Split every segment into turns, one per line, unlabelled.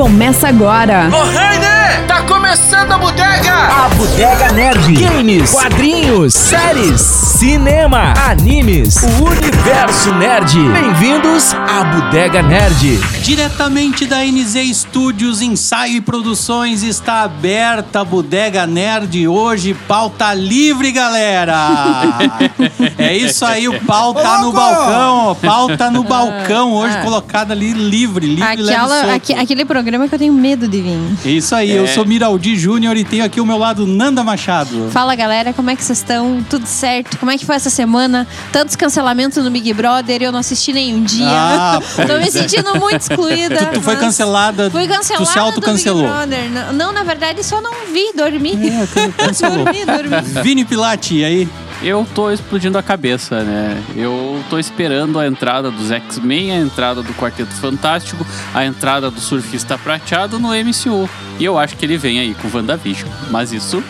Começa agora!
Lohane! Tá começando a bodega!
A Bodega Nerd.
Games.
Quadrinhos. Séries. Cinema. Animes. O Universo Nerd. Bem-vindos à Bodega Nerd.
Diretamente da NZ Studios, Ensaio e Produções, está aberta a Bodega Nerd hoje, pauta livre, galera! é isso aí, o pau tá no balcão, ó, pau tá no balcão hoje, colocado ali livre, livre, leve e solto.
Ah. Aquela, aque- aquele programa que eu tenho medo de vir.
É Isso aí, eu sou Miraldi Júnior e tenho aqui ao meu lado Nanda Machado.
Fala galera, como é que vocês estão? Tudo certo? Como é que foi essa semana? Tantos cancelamentos no Big Brother, eu não assisti nenhum dia.
Ah, pois
Tô me
é.
sentindo muito excluída.
Tu- tu foi
mas
cancelada,
Fui
tu se
cancelada.
autocancelou. É,
Do Big Brother. Não, não, na verdade, só não vi, dormi.
cancelou.
dormi, dormi.
Vini Pilati, e aí?
Eu tô explodindo a cabeça, né? Eu tô esperando a entrada dos X-Men, a entrada do Quarteto Fantástico, a entrada do Surfista Prateado no MCU. E eu acho que ele vem aí com o WandaVision. Mas isso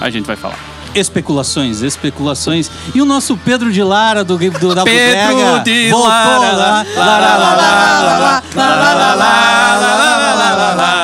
a gente vai falar.
Especulações, especulações. E o nosso Pedro de Lara do, do da
Pedro
bodega.
de
voltou lá.
Lara, lá,
Lá, lá, lá, lá, lá, lá, lá, lá, lá, lá, lá, lá, lá.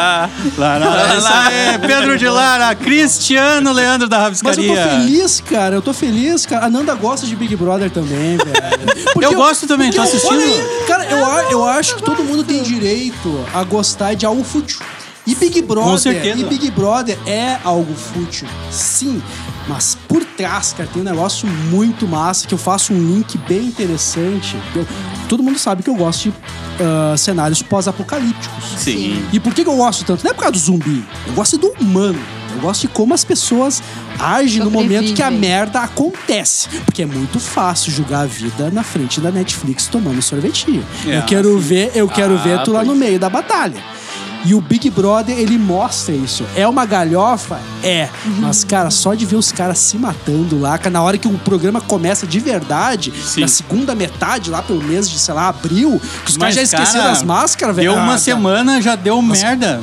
Lá, lá, lá, lá. É, Pedro de Lara, Cristiano Leandro da
Mas eu tô
Rabiscaria.
feliz, cara. Eu tô feliz, cara. A Nanda gosta de Big Brother também, velho. Porque
Eu gosto também,
porque
tô
eu-
assistindo.
olha aí, cara, eu, a- eu acho que todo mundo tem direito a gostar de algo fútil. E Big Brother,
certeza.
e Big Brother é algo fútil, sim. Mas por trás, cara, tem um negócio muito massa que eu faço um link bem interessante. Eu- todo mundo sabe que eu gosto de ah, cenários pós-apocalípticos.
Sim.
E por que, que eu gosto tanto? Não é por causa do zumbi. Eu gosto do humano. Eu gosto de como as pessoas agem no momento que a
Sobrevivem.
merda acontece. Porque é muito fácil julgar a vida na frente da Netflix tomando sorvetinho.
É,
eu quero ver, eu quero
Ah,
ver tu lá no
pois.
meio da batalha. E o Big Brother, ele mostra isso. É uma galhofa? É.
Uhum.
Mas, cara, só de ver os caras se matando lá, cara, na hora que o programa começa de verdade,
Sim.
na segunda metade, lá pelo mês de, sei lá, abril, que os
Mas,
caras já esqueceram
cara,
as máscaras, velho.
Deu
Ah,
uma
cara.
semana, já deu merda.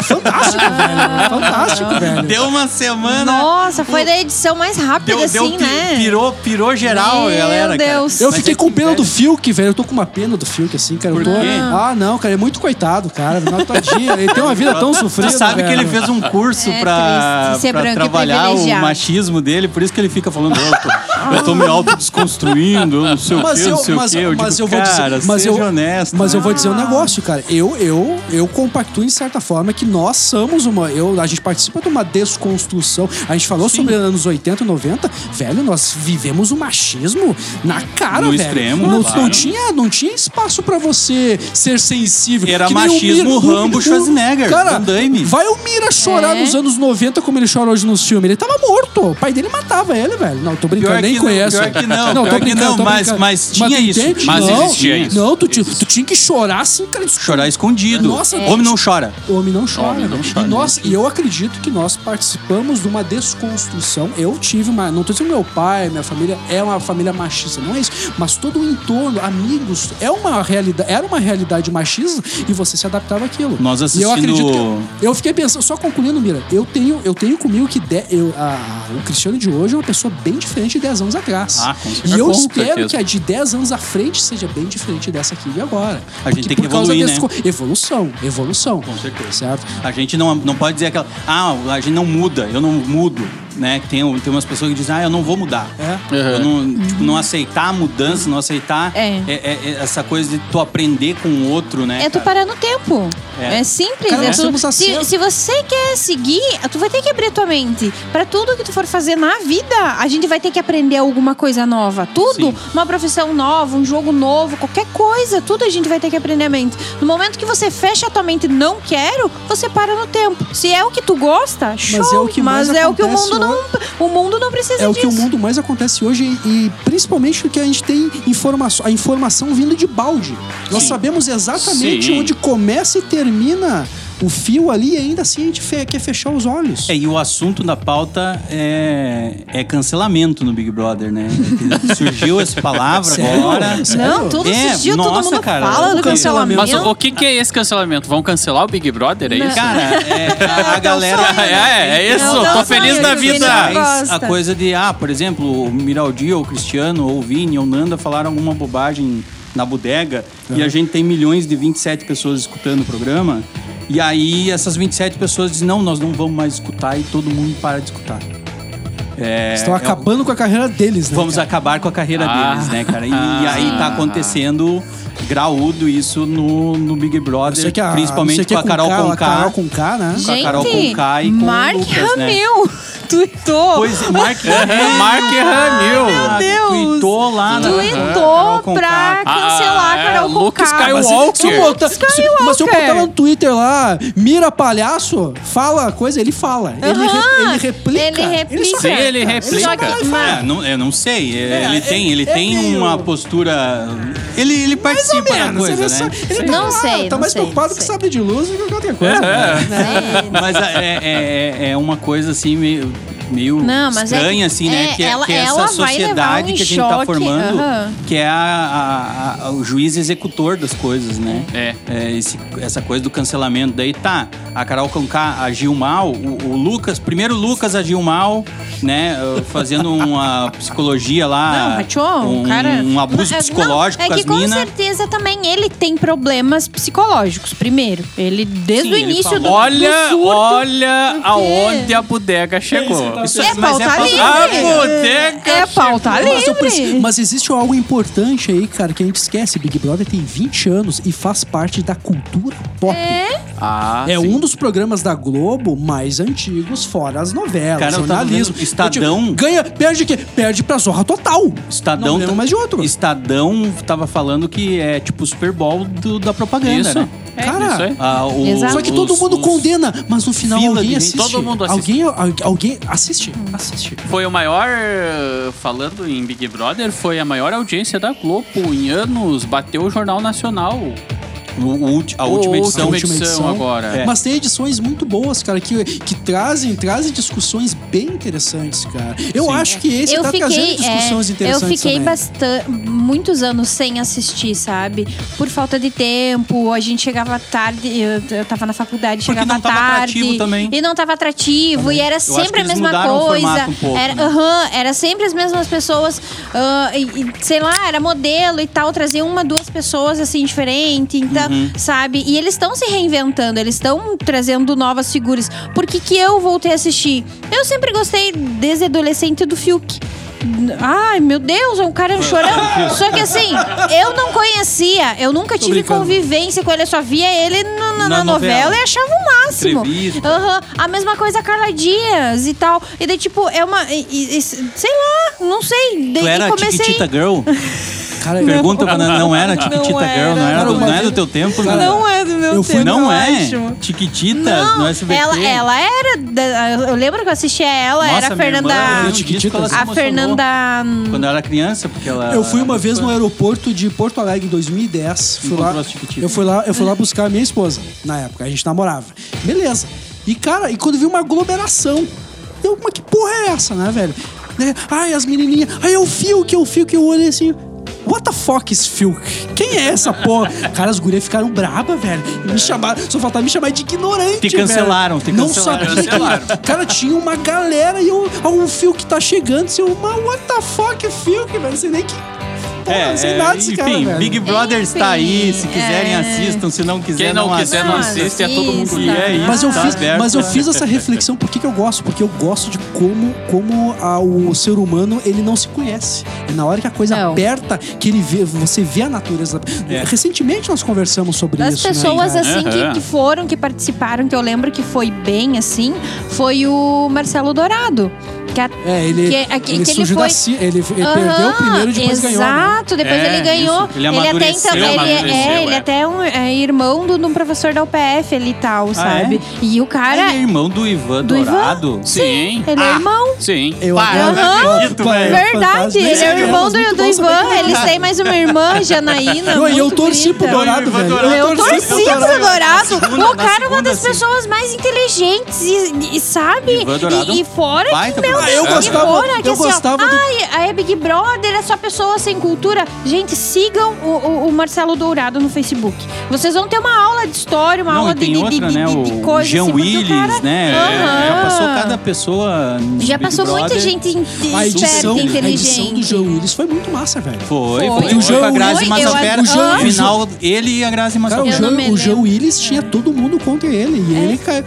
fantástico, velho. Fantástico, velho.
Deu uma semana,
Nossa, foi da edição mais rápida,
deu,
assim,
deu, pi-
né?
pirou, pirou geral,
Meu
galera. cara.
Deus.
Eu
Mas
fiquei
é
com
que,
pena
velho,
do Fiuk, velho. Eu tô com uma pena do Fiuk, assim, cara.
Por
Eu tô...
quê?
Ah, não, cara. É muito coitado, cara. Não, tadinho. Ele tem uma vida tão sofrida.
Tu sabe que
velho.
ele fez um curso
É
pra,
triste ser
pra
branco e
trabalhar o
privilegiado.
machismo dele, por isso que ele fica falando, eu tô, eu tô me autodesconstruindo, eu não sei o
Mas
que, eu não
eu,
sei
mas,
o que. Eu
mas
digo,
eu vou
cara,
dizer, mas
seja
eu,
honesto. né?"
mas eu vou dizer um negócio, cara. Eu, eu, eu compactuo em certa forma que nós somos uma, eu, a gente participa de uma desconstrução. A gente falou sobre anos 80, 90, velho, nós vivemos o machismo na cara,
No
velho.
extremo,
não,
claro.
não tinha, não tinha espaço pra você ser sensível.
Era
Que nem o
machismo
Mira-
Rambo Schwarzenegger,
cara,
Van Damme.
Vai o Mira chorar
É.
nos anos 90 como ele chora hoje nos filmes. Ele tava morto. O pai dele matava ele, velho. Não, tô brincando,
Pior
nem
que não,
conheço.
pior que não, pior
tô
que
brincando,
não,
tô
mas-
brincando.
mas tinha
tu
isso,
entende?
mas
não,
existia isso.
Não, tu, ti- tu tinha que chorar assim, cara. isso-
Chorar escondido.
Nossa,
Homem não chora.
Homem não chora.
Homem não
velho.
chora.
E,
né?
nós, e eu acredito que nós participamos de uma desconstrução. Eu tive uma. Não tô dizendo que meu pai, minha família é uma família machista, não é isso. Mas todo o entorno, amigos, é uma realidade, era uma realidade machista e você se adaptava àquilo.
Nós
E
assistindo-
eu acredito que. Eu, eu fiquei pensando, só concluindo, Mira, eu tenho, eu tenho comigo que de- eu- a- o Cristiano de hoje é uma pessoa bem diferente de 10 anos atrás.
Ah, com certeza.
e eu
Com
espero
certeza.
que a de 10 anos à frente seja bem diferente dessa aqui e agora.
A gente
Porque
tem que
por causa
evoluir,
desse
né?
co- Evolução, evolução. Com
certeza.
Certo?
A gente não, não pode dizer aquela. Ah, a gente não muda, eu não mudo. Né? Que Tem, tem umas pessoas que dizem, ah, eu não vou mudar.
É.
Eu não, tipo, não aceitar a mudança, não aceitar
É.
é- é- é essa coisa de tu aprender com o outro, né?
É tu
cara?
parar no tempo.
É.
É, simples.
Cara,
é
nós
tu-
somos assim, ó.
se, se você quer seguir, tu vai ter que abrir tua mente. Pra tudo que tu for fazer na vida, a gente vai ter que aprender alguma coisa nova. Tudo.
Sim.
Uma profissão nova, um jogo novo, qualquer coisa. Tudo a gente vai ter que aprender a mente. No momento que você fecha a tua mente não quero, você para no tempo. Se é o que tu gosta, show.
é o que mais
Mas é o que o
acontece
mundo não. O mundo não precisa
É o
disso.
que o mundo mais acontece hoje e, e principalmente porque a gente tem informação, a informação vindo de balde. Nós sabemos exatamente
Sim.
onde começa e termina o fio ali e ainda assim a gente fe- quer fechar os olhos.
É, e o assunto da pauta é, é cancelamento no Big Brother, né? Que Surgiu essa palavra
Sério?
agora.
Não, todo
É,
esses dias todo
nossa,
mundo
cara,
fala
o
do
cancelamento.
cancelamento.
Mas o, o que, que é esse cancelamento? Vão cancelar o Big Brother? É isso?
Cara, é, a, a galera.
né?
É, é isso.
Não, não,
tô feliz
não,
da
eu fui
vida.
não.
Mas a
gosta.
coisa de, ah, por exemplo, o Miraldi, ou o Cristiano, ou o Vini, ou o Nanda falaram alguma bobagem na bodega e a gente tem milhões de 27 pessoas escutando o programa. E aí essas 27 pessoas dizem, não, nós não vamos mais escutar e todo mundo para de escutar. É,
Estão
é-
acabando com a carreira deles, né?
Vamos
cara?
acabar com a carreira
Ah.
deles, né, cara? E,
Ah.
e aí tá acontecendo graúdo isso no, no Big
Eu
Brother,
sei que é a-
principalmente
não sei que
com a Carol
Conká,
Conká.
A Carol Conká, né?
a Carol
Gente,
Conká e com o
Mark
Lucas, né?
Hamill tweetou.
Pois é, Mark
Mark Hamill.
Meu Deus.
Tweetou lá na né? Carol
Tweetou
Conká.
pra
Ah,
cancelar a
é,
Carol
Luke
Conká.
Mas se- se eu
Skywalker.
botar- se- mas se eu botar lá no Twitter lá, mira palhaço, fala coisa, ele fala. Ele,
Aham.
re- ele replica.
Ele replica.
só-
Sim, ele
Só
replica.
que-
É, não, eu não sei. é,
É,
ele tem, ele
é- é
tem
meio-
uma postura. Ele, ele
Mais ou
participa da
menos.
coisa,
ele
né?
só- ele
Não
tá, lá,
sei,
Tá
não
mais
sei,
preocupado
não
com
sei.
sabre de luz do que qualquer coisa. cara.
É.
Mas é, é- é- é uma coisa assim meio, meio
Não, mas é
estranha,
que-
assim, né?
é,
que, é-
ela-
que é
ela
essa
vai levar
sociedade
um
que a gente tá
choque,
formando,
aham.
que é a- a- a- o juiz executor das coisas, né?
É.
esse- essa coisa do cancelamento. Daí tá, a Carol Conká agiu mal, o, o Lucas, primeiro o Lucas agiu mal, né? eh, Fazendo uma psicologia lá.
Não, mas, tchô, o
Ah, um,
cara...
um abuso
Não, é-
psicológico
não,
com
É
as
que com
minas.
certeza também ele tem problemas psicológicos, primeiro. Ele, desde
Sim,
o
ele
início
falou.
do, do
Olha,
surto...
olha
O quê?
aonde a bodega chegou.
Isso-
É
mas
pauta
pauta-
livre.
né? A Ah, bodega
É pauta
Mas, eu preciso-
livre.
mas existe algo importante aí, cara, que a gente esquece. Big Brother tem 20 anos e faz parte da cultura pop. É,
Ah, sim.
um dos programas da Globo mais antigos, fora as novelas,
Cara, eu tava
jornalismo.
vendo Estadão.
Tipo, Ganha, perde o quê? Perde pra Zorra Total.
Estadão tá-
Não lembro mais de outro.
Estadão tava falando que é tipo o Super Bowl do- da propaganda,
Isso.
né?
É,
Cara,
isso aí.
Ah, o-
Exato.
Só que todo
os-
mundo
os-
condena, mas no final
Fila de
alguém
gente.
assiste.
Todo mundo assiste.
Alguém, al- alguém assiste.
Hum.
Assiste.
Foi o maior, eh, falando em Big Brother, foi a maior audiência da Globo em anos, bateu o Jornal Nacional.
o- o ulti- a última
Ou
edição.
última edição agora.
É.
Mas tem edições muito boas, cara, que, que trazem, trazem discussões bem interessantes, cara. Eu acho que esse
eu
tá trazendo
fiquei,
discussões
é, eu
interessantes
fiquei
também.
bastante muitos anos sem assistir, sabe? Por falta de tempo, a gente chegava tarde, eu, eu tava na faculdade,
Porque
chegava
não tava
tarde
atrativo também.
e não tava atrativo e era
acho que
sempre a
eles
mesma
mudaram o
coisa.
formato um pouco,
era,
né?
aham, era sempre as mesmas pessoas, ah, e- e, sei lá, era modelo e tal, trazia uma, duas pessoas assim diferente, então, sabe? E eles estão se reinventando, eles estão trazendo novas figuras. Por que que eu voltei a assistir? Eu sempre gostei desde adolescente do Fiuk. Ai, meu Deus, é um cara chorando. Só que assim, eu não conhecia, eu nunca tive
brincando.
convivência com ele, eu só via ele no-
Na
na, na novela.
novela.
e achava o máximo.
Entrevista.
Aham. A mesma coisa a Carla Dias e tal. E daí, tipo, é uma. e- e- e- sei lá, não sei. Daí
Tu era
comecei.
Tiquitita Girl?
Cara, eu-
Pergunta pra não, não era
Não
Tiquitita Girl, não
era.
era, do,
Cara,
não é
mas-
do teu tempo, né?
Não é do meu
Eu fui-
tempo.
Não
eu
é?
acho.
Tiquititas
Não,
no SBT.
ela, ela era. da- eu lembro que eu assistia ela,
Nossa,
era a
minha irmã,
Fernanda.
eu tinha dito que ela se
a
emocionou
Fernanda. hum,
Quando eu era criança, porque ela.
Eu fui uma
era
vez
fã.
no aeroporto de Porto Alegre em 2010. Fui lá,
Encontrou as Chiquititas.
eu, fui lá, eu fui lá buscar a minha esposa, na época. A gente namorava. Beleza. E, cara, e quando eu vi uma aglomeração, eu, mas que porra é essa, né, velho? Né? Ai, as menininhas. Ai, eu fio que eu fio que eu olhei assim. What the fuck is Phil? Quem é essa porra? Cara, as gurias ficaram braba, velho. Me chamaram, só faltava me chamar de ignorante.
Te cancelaram,
velho.
te
Não
cancelaram.
sabia. que-
Cancelaram.
Cara, tinha uma galera e eu, ah, o Phil que tá chegando, seu, mas what the fuck, Phil, que velho, não sei nem que. Porra, não sei nada desse
É, enfim,
cara, velho.
Big Brother está aí. Se quiserem,
é.
assistam. Se não quiserem,
Quem não quiser não
Ah,
assiste, é todo mundo
assista.
E é isso,
Mas eu,
tá
fiz,
aberto.
mas eu fiz essa reflexão, por que, que eu gosto? Porque eu gosto de como, como a- o ser humano ele não se conhece. É na hora que a coisa
Não.
aperta que ele vê, você vê a natureza.
É.
Recentemente nós conversamos sobre
Das
isso.
pessoas
né, cara?
assim que,
Aham.
que foram, que participaram, que eu lembro que foi bem assim, foi o Marcelo Dourado. Que a-
É, ele,
que- a- que-
ele
que ele
surgiu da
foi-
ci- Ele, ele perdeu
Aham,
o primeiro e depois
exato,
ganhou. né?
depois
É,
ele ganhou.
isso. Ele
até
amadureceu,
então, ele, é-
amadureceu,
é, ele
é.
até é um, é irmão do- de um professor da UPF ali e
Ah,
tal, sabe? E o cara.
Ele é irmão do Ivan
Do Ivan?
Dourado.
Sim. Ah,
Ele
Ah,
é irmão.
Sim.
Eu
Pá,
adoro.
Aham.
acredito, velho.
Verdade,
É, fantástico.
ele é o
Sim,
irmão
mas
do, do
muito bom
Ivan.
saber.
Eles têm mais uma irmã, Janaína.
Não, e eu
muito
torci pro
bonita.
Dourado,
Ivan
velho.
Dourado.
Eu torci pro Dourado.
segunda,
o cara é uma
na
das
segunda,
pessoas mais inteligentes e, e- e sabe?
Ivan Dourado
E,
é
e
um
fora que,
baita
meu
Ah, eu
que
gostava-
fora, que
eu
assim,
gostava
ó,
do-
Ai, a Big Brother é só pessoa sem cultura. Gente, sigam o, o- o Marcelo Dourado no Facebook. Vocês vão ter uma aula de história, uma
Não,
aula
e tem
de, de-
outra,
de, de,
né?
de,
o
coisa.
Jean
assim, porque o
Willis,
cara-
né?
Aham.
Já passou cada pessoa. no
Já
Big
passou muita
Brother.
gente in-
A
esperta,
edição,
e
a
inteligente.
edição do João Willis foi muito massa, velho.
Foi,
Foi.
foi.
E o
foi
Jean
com a Grazi
Willis-
Massafera.
eu adoro-
No final, ele e a Grazi
Cara, o
Eu
Massafera.
não
João,
me
o João
lembro. É.
Willis tinha todo mundo contra ele. E ele caiu.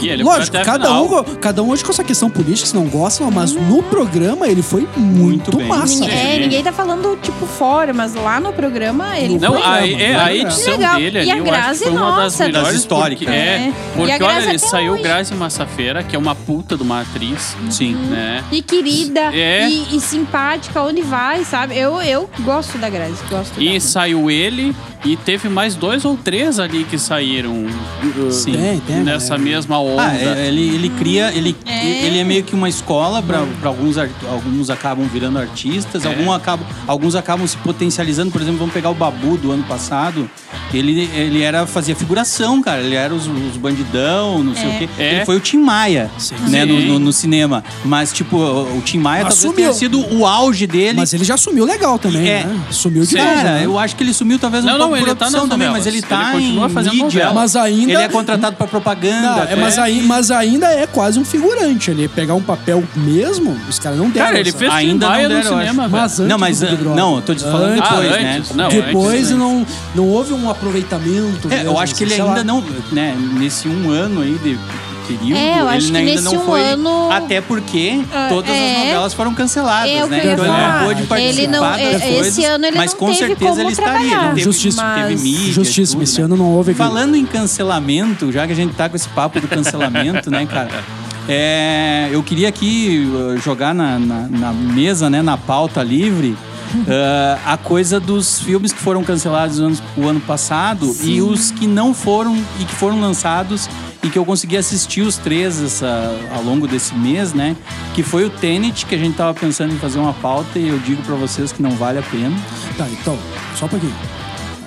E ele foi
Lógico,
até a
cada
final.
um, cada um hoje com essa questão política, se não gostam, mas no programa ele foi muito,
Muito bem.
massa.
Ninguém, é,
Sim.
ninguém tá falando, tipo, fora, mas lá no programa ele
No
foi.
Não, a,
programa,
é,
né,
a
cara?
edição
Legal.
dele
E
ali,
a
eu acho que
Grazi,
foi uma das
nossa,
melhores.
Das históricas.
Porque,
É.
é,
E a
porque
Grazi
olha, ele
até
saiu
hoje.
Grazi Massafera, que é uma puta de uma atriz,
Sim.
né?
E querida,
É.
e, e simpática, onde vai, sabe? Eu, eu gosto da Grazi, gosto
E
dela.
saiu ele, e teve mais dois ou três ali que saíram uh,
Sim.
Tem, tem,
nessa
né?
mesma onda.
Ah, é, ele, ele cria, ele
É.
é. ele é meio que uma escola para alguns, ar- alguns acabam virando artistas,
É.
algum acabam, alguns acabam se potencializando. Por exemplo, vamos pegar o Babu do ano passado. Ele, ele era fazia figuração, cara. Ele era os, os bandidão, não sei o quê.
É.
Ele foi o Tim Maia, né, no, no- no cinema. Mas tipo, o o Tim Maia
Assumiu.
talvez tenha sido o auge
é.
dele.
Mas ele já sumiu legal também,
É.
né? Sumiu de
Sim.
novo,
Cara,
né?
eu acho que ele sumiu talvez um
Não, não,
pouco por
ele tá
opção
nas
também,
novelas.
mas ele tá
Ele continua
em
fazendo
mídia.
novela.
Mas ainda-
Ele é contratado pra propaganda.
Não, é, mas,
até.
aí, mas ainda é quase um figurante. Ele pegar um papel mesmo, os caras não deram.
Cara, É, ele
essa.
fez
Ainda
ainda
não
Maia no
deram, eu
cinema,
acho.
velho.
Mas antes
Não, mas,
do Big
ah,
Brother.
não, eu tô falando
Antes.
depois,
Ah,
né?
antes, não.
Depois
antes,
não, não houve um aproveitamento.
É, eu
mesmo,
acho que ele
sei lá.
ainda não, né, nesse um ano aí de período,
É, eu acho
ele
que
ainda
nesse
não
um
foi,
ano-
até porque
Ah,
todas
é.
as novelas foram canceladas,
É o que
né?
eu ia
então ele
falar.
não pôde participar
Ele não- é-
das
esse
coisas,
ano ele
mas
não
com
teve
certeza
como
ele estaria,
trabalhar.
ele teve,
Justiça.
teve
Mas-
mídia,
Justiça,
tudo,
esse
né?
ano não houve.
Falando em cancelamento, já que a gente tá com esse papo do cancelamento, né, cara? É, eu queria aqui uh, jogar na, na- na mesa, né, na pauta livre, uh, a coisa dos filmes que foram cancelados o ano, o ano passado e os que não foram e que foram lançados e que eu consegui assistir os três essa, ao longo desse mês, né? Que foi o Tenet, que a gente tava pensando em fazer uma pauta e eu digo pra vocês que não vale a pena.
Tá, então, só um pouquinho.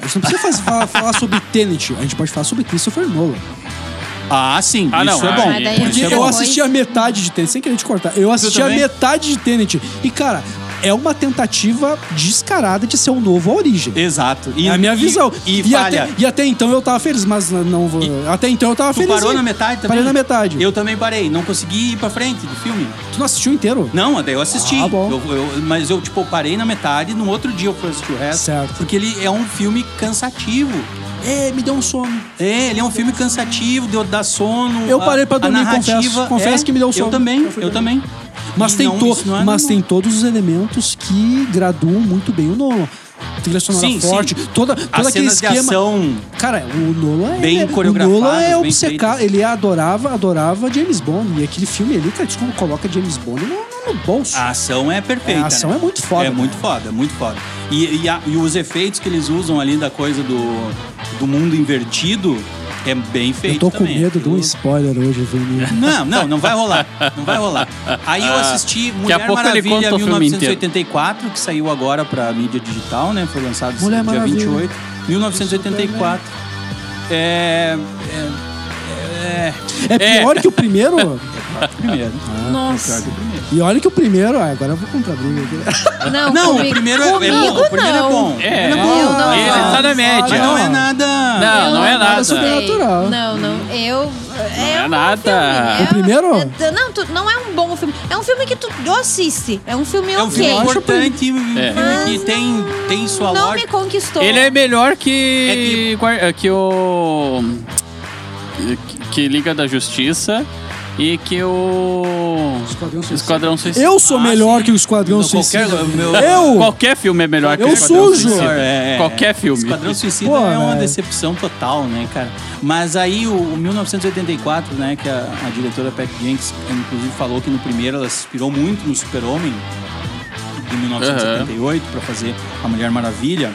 A gente não precisa fazer- falar, falar sobre Tenet, a gente pode falar sobre Christopher Nolan.
Ah, sim,
Ah, não,
isso é
ah,
bom.
mas daí é
isso
Porque
é
muito
bom.
eu
depois-
assisti a metade de Tenet, sem querer te cortar. Eu assisti a
também?
metade de Tenet. E, cara, é uma tentativa descarada de ser um novo A Origem.
Exato.
é a minha visão.
E, e falha.
até, e até então eu tava feliz, mas não vou. até então eu tava
Tu
feliz.
parou
hein?
na metade também?
Parei na metade.
Eu também parei. Não consegui ir pra frente do filme.
Tu não assistiu inteiro?
Não, daí eu assisti.
Ah, bom.
Eu- eu- mas eu, tipo, parei na metade. No outro dia eu fui assistir o resto.
Certo.
Porque ele é um filme cansativo.
É, me deu um sono.
É, ele é um filme cansativo, deu, dá sono.
Eu
a-
parei pra
a
dormir,
narrativa-
confesso. Confesso
é,
que me deu sono.
Eu também,
Eu fui
eu também.
Mas,
E
tem,
não,
to-
isso não é
mas
normal.
tem todos os elementos que graduam muito bem o Nolan. Trilha sonora
Sim, sim.
forte, toda, todo
As
aquele
cenas de
esquema.
ação...
Cara, o Nolan
Bem
é, o
coreografadas,
Nolan é
bem
obcecado,
feitas.
ele adorava, adorava James Bond e aquele filme ali, cara, como coloca James Bond no, no- no bolso.
A ação é perfeita.
A ação
né?
é muito foda,
É
né?
muito foda, é muito foda. E, e a- e os efeitos que eles usam ali da coisa do, do mundo invertido é bem feito.
Eu tô com
também.
medo de um
Eu-
spoiler hoje, Vini.
Não, não, não vai rolar. Não vai rolar. Aí eu assisti Mulher
Ah, pouco ele
Maravilha
conta o filme inteiro.
1984, que saiu agora pra mídia digital, né? Foi lançado dia
Mulher Maravilha.
28. 1984. É.
É pior que o primeiro? né?
Primeiro.
Nossa.
E olha que o primeiro, ah, agora eu vou comprar briga aqui.
Não,
Não,
Então comigo,
o primeiro é, é
comigo
bom. O primeiro
não.
é bom.
É,
Eu não
ele
gosto.
tá na
Mas
média.
não é nada.
Não,
Eu
não é nada.
gostei.
Sobrenatural.
Não, não. Eu. é
é
um bom
nada.
filme,
O
é-
primeiro?
é- não, tu- não é um bom filme. É um filme que tu assiste. É um filme
É um
ok.
filme
acho
importante, um filme
Mas
que tem, tem sua
não me
lógica.
conquistou.
Ele é melhor que.
É que-
guar- é que o. que- Que Liga da Justiça e que o.
Esquadrão Suicida.
Esquadrão Suicida.
Eu sou
Ah,
melhor
sim.
que o Esquadrão
Não,
Suicida.
qualquer- meu-
Eu?
Qualquer filme é melhor que
Eu
o Esquadrão
sujo.
Suicida.
É, é.
Qualquer filme.
Esquadrão Suicida
Pô,
é uma
velho.
decepção total, né, cara? Mas aí o, o 1984, né, que a, a diretora Pat Jenkins inclusive falou que no primeiro ela se inspirou muito no Super-Homem de 1978 pra fazer a Mulher Maravilha.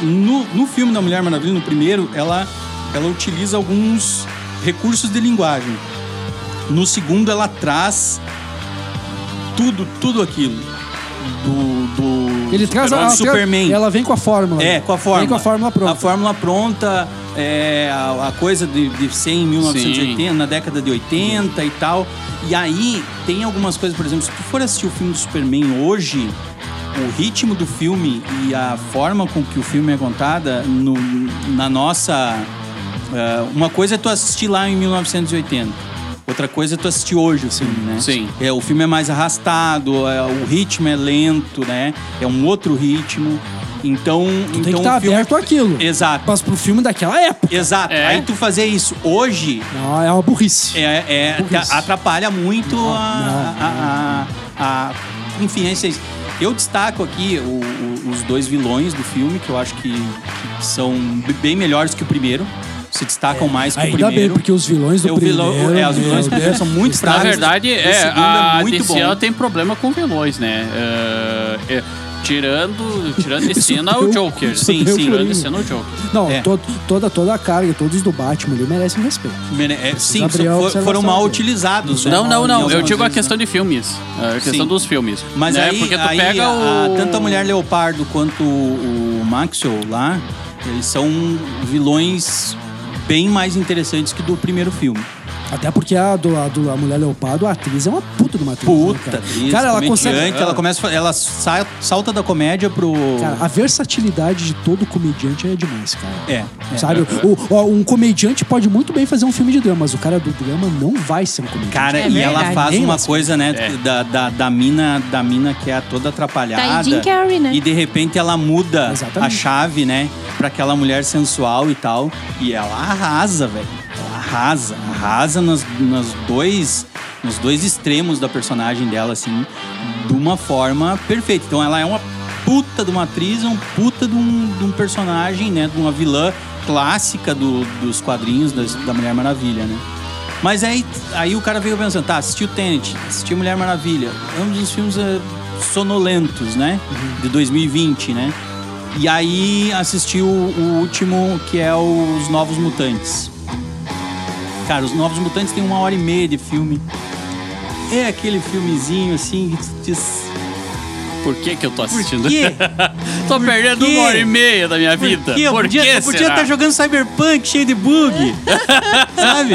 No, no filme da Mulher Maravilha, no primeiro, ela ela utiliza alguns recursos de linguagem. No segundo ela traz tudo, tudo aquilo do, do
Ele traz a,
do
ela,
Superman.
ela vem com a fórmula.
É, com a fórmula.
Vem com a fórmula pronta.
A fórmula pronta, é, a, a coisa de, de ser em 1980, na década de 80 e tal. E aí tem algumas coisas, por exemplo, se tu for assistir o filme do Superman hoje, o ritmo do filme e a forma com que o filme é contada no- na nossa. ah, uma coisa é tu assistir lá em 1980. Outra coisa é tu assistir hoje o filme, né?
Sim.
É, o filme é mais arrastado, é, o ritmo é lento, né? É um outro ritmo. Então, então
Tem
o
que estar
filme... é
aberto àquilo.
Exato,
Mas pro filme daquela época.
exato.
É.
Aí tu fazer isso hoje
Não, é uma burrice.
é, é,
Por isso.
atrapalha muito a,
não,
a- a- a- Enfim, é isso aí. Eu destaco aqui o- o- os dois vilões do filme, que eu acho que, que são b- bem melhores que o primeiro. Se destacam mais que o
É. Ainda bem,
primeiro.
porque os vilões do
Eu vi
primeiro...
lo- é, os vilões do
meu
primeiro
Deus,
são muito
eles
Na
fracos.
estavam-
verdade,
Esse
é,
segundo
a
é muito
DC
bom.
ela tem problema com vilões, né? É, é, tirando, tirando de cena o
deu-
Joker.
isso
Sim,
deu
sim. Tirando de
Coringa.
cena o Joker.
Não,
É.
todo- toda, toda a carga, todos do Batman ali merecem um respeito.
Mene- é, sim,
abrir a
fo-
observação
foram mal
dele.
utilizados. né?
Não, não,
Em
não. Eu
algumas
digo a
vezes, né?
questão de filmes. A questão
Sim.
dos filmes.
Mas
né?
aí,
Porque tu
aí
pega
a-
o...
tanto a Mulher Leopardo quanto o, o Maxwell lá, eles são vilões bem mais interessantes que do primeiro filme.
Até porque a, do, a, do- a Mulher Leopardo, a atriz é uma puta de uma atriz. né,
Puta,
cara?
atriz,
cara, ela
comediante,
consegue...
ela começa, a fa- ela sa- salta da comédia pro
Cara, a versatilidade de todo comediante é demais, cara.
é, é.
Sabe? O- ó, um comediante pode muito bem fazer um filme de drama, mas o cara do drama não vai ser um comediante.
Cara,
É
e
verdade.
ela faz
Nem
uma
assim.
coisa, né,
É.
da, da, da mina, da mina que é toda
Tá, e
atrapalhada.
Jim Carrey, né?
E de repente ela muda
Exatamente.
a chave, né? Pra aquela mulher sensual e tal. E ela arrasa, velho. Ela arrasa. Arrasa nos, nos, dois, nos dois extremos da personagem dela, assim. De uma forma perfeita. Então ela é uma puta de uma atriz, é um puta de um, de um personagem, né? De uma vilã clássica do- dos quadrinhos das- da Mulher Maravilha, né? Mas aí, aí o cara veio pensando, tá, assistiu Tenet, assistiu Mulher Maravilha, ambos os filmes eh, sonolentos, né? De 2020, né? E aí assistiu o último, que é Os Novos Mutantes. Cara, Os Novos Mutantes tem uma hora e meia de filme. É aquele filmezinho assim que tu diz.
Por que que eu tô
Por
assistindo?
quê?
Tô
Por
perdendo
quê?
uma hora e meia da minha vida.
Por quê? Eu
Por
podia,
que
eu podia
será?
estar jogando Cyberpunk cheio de bug. Sabe?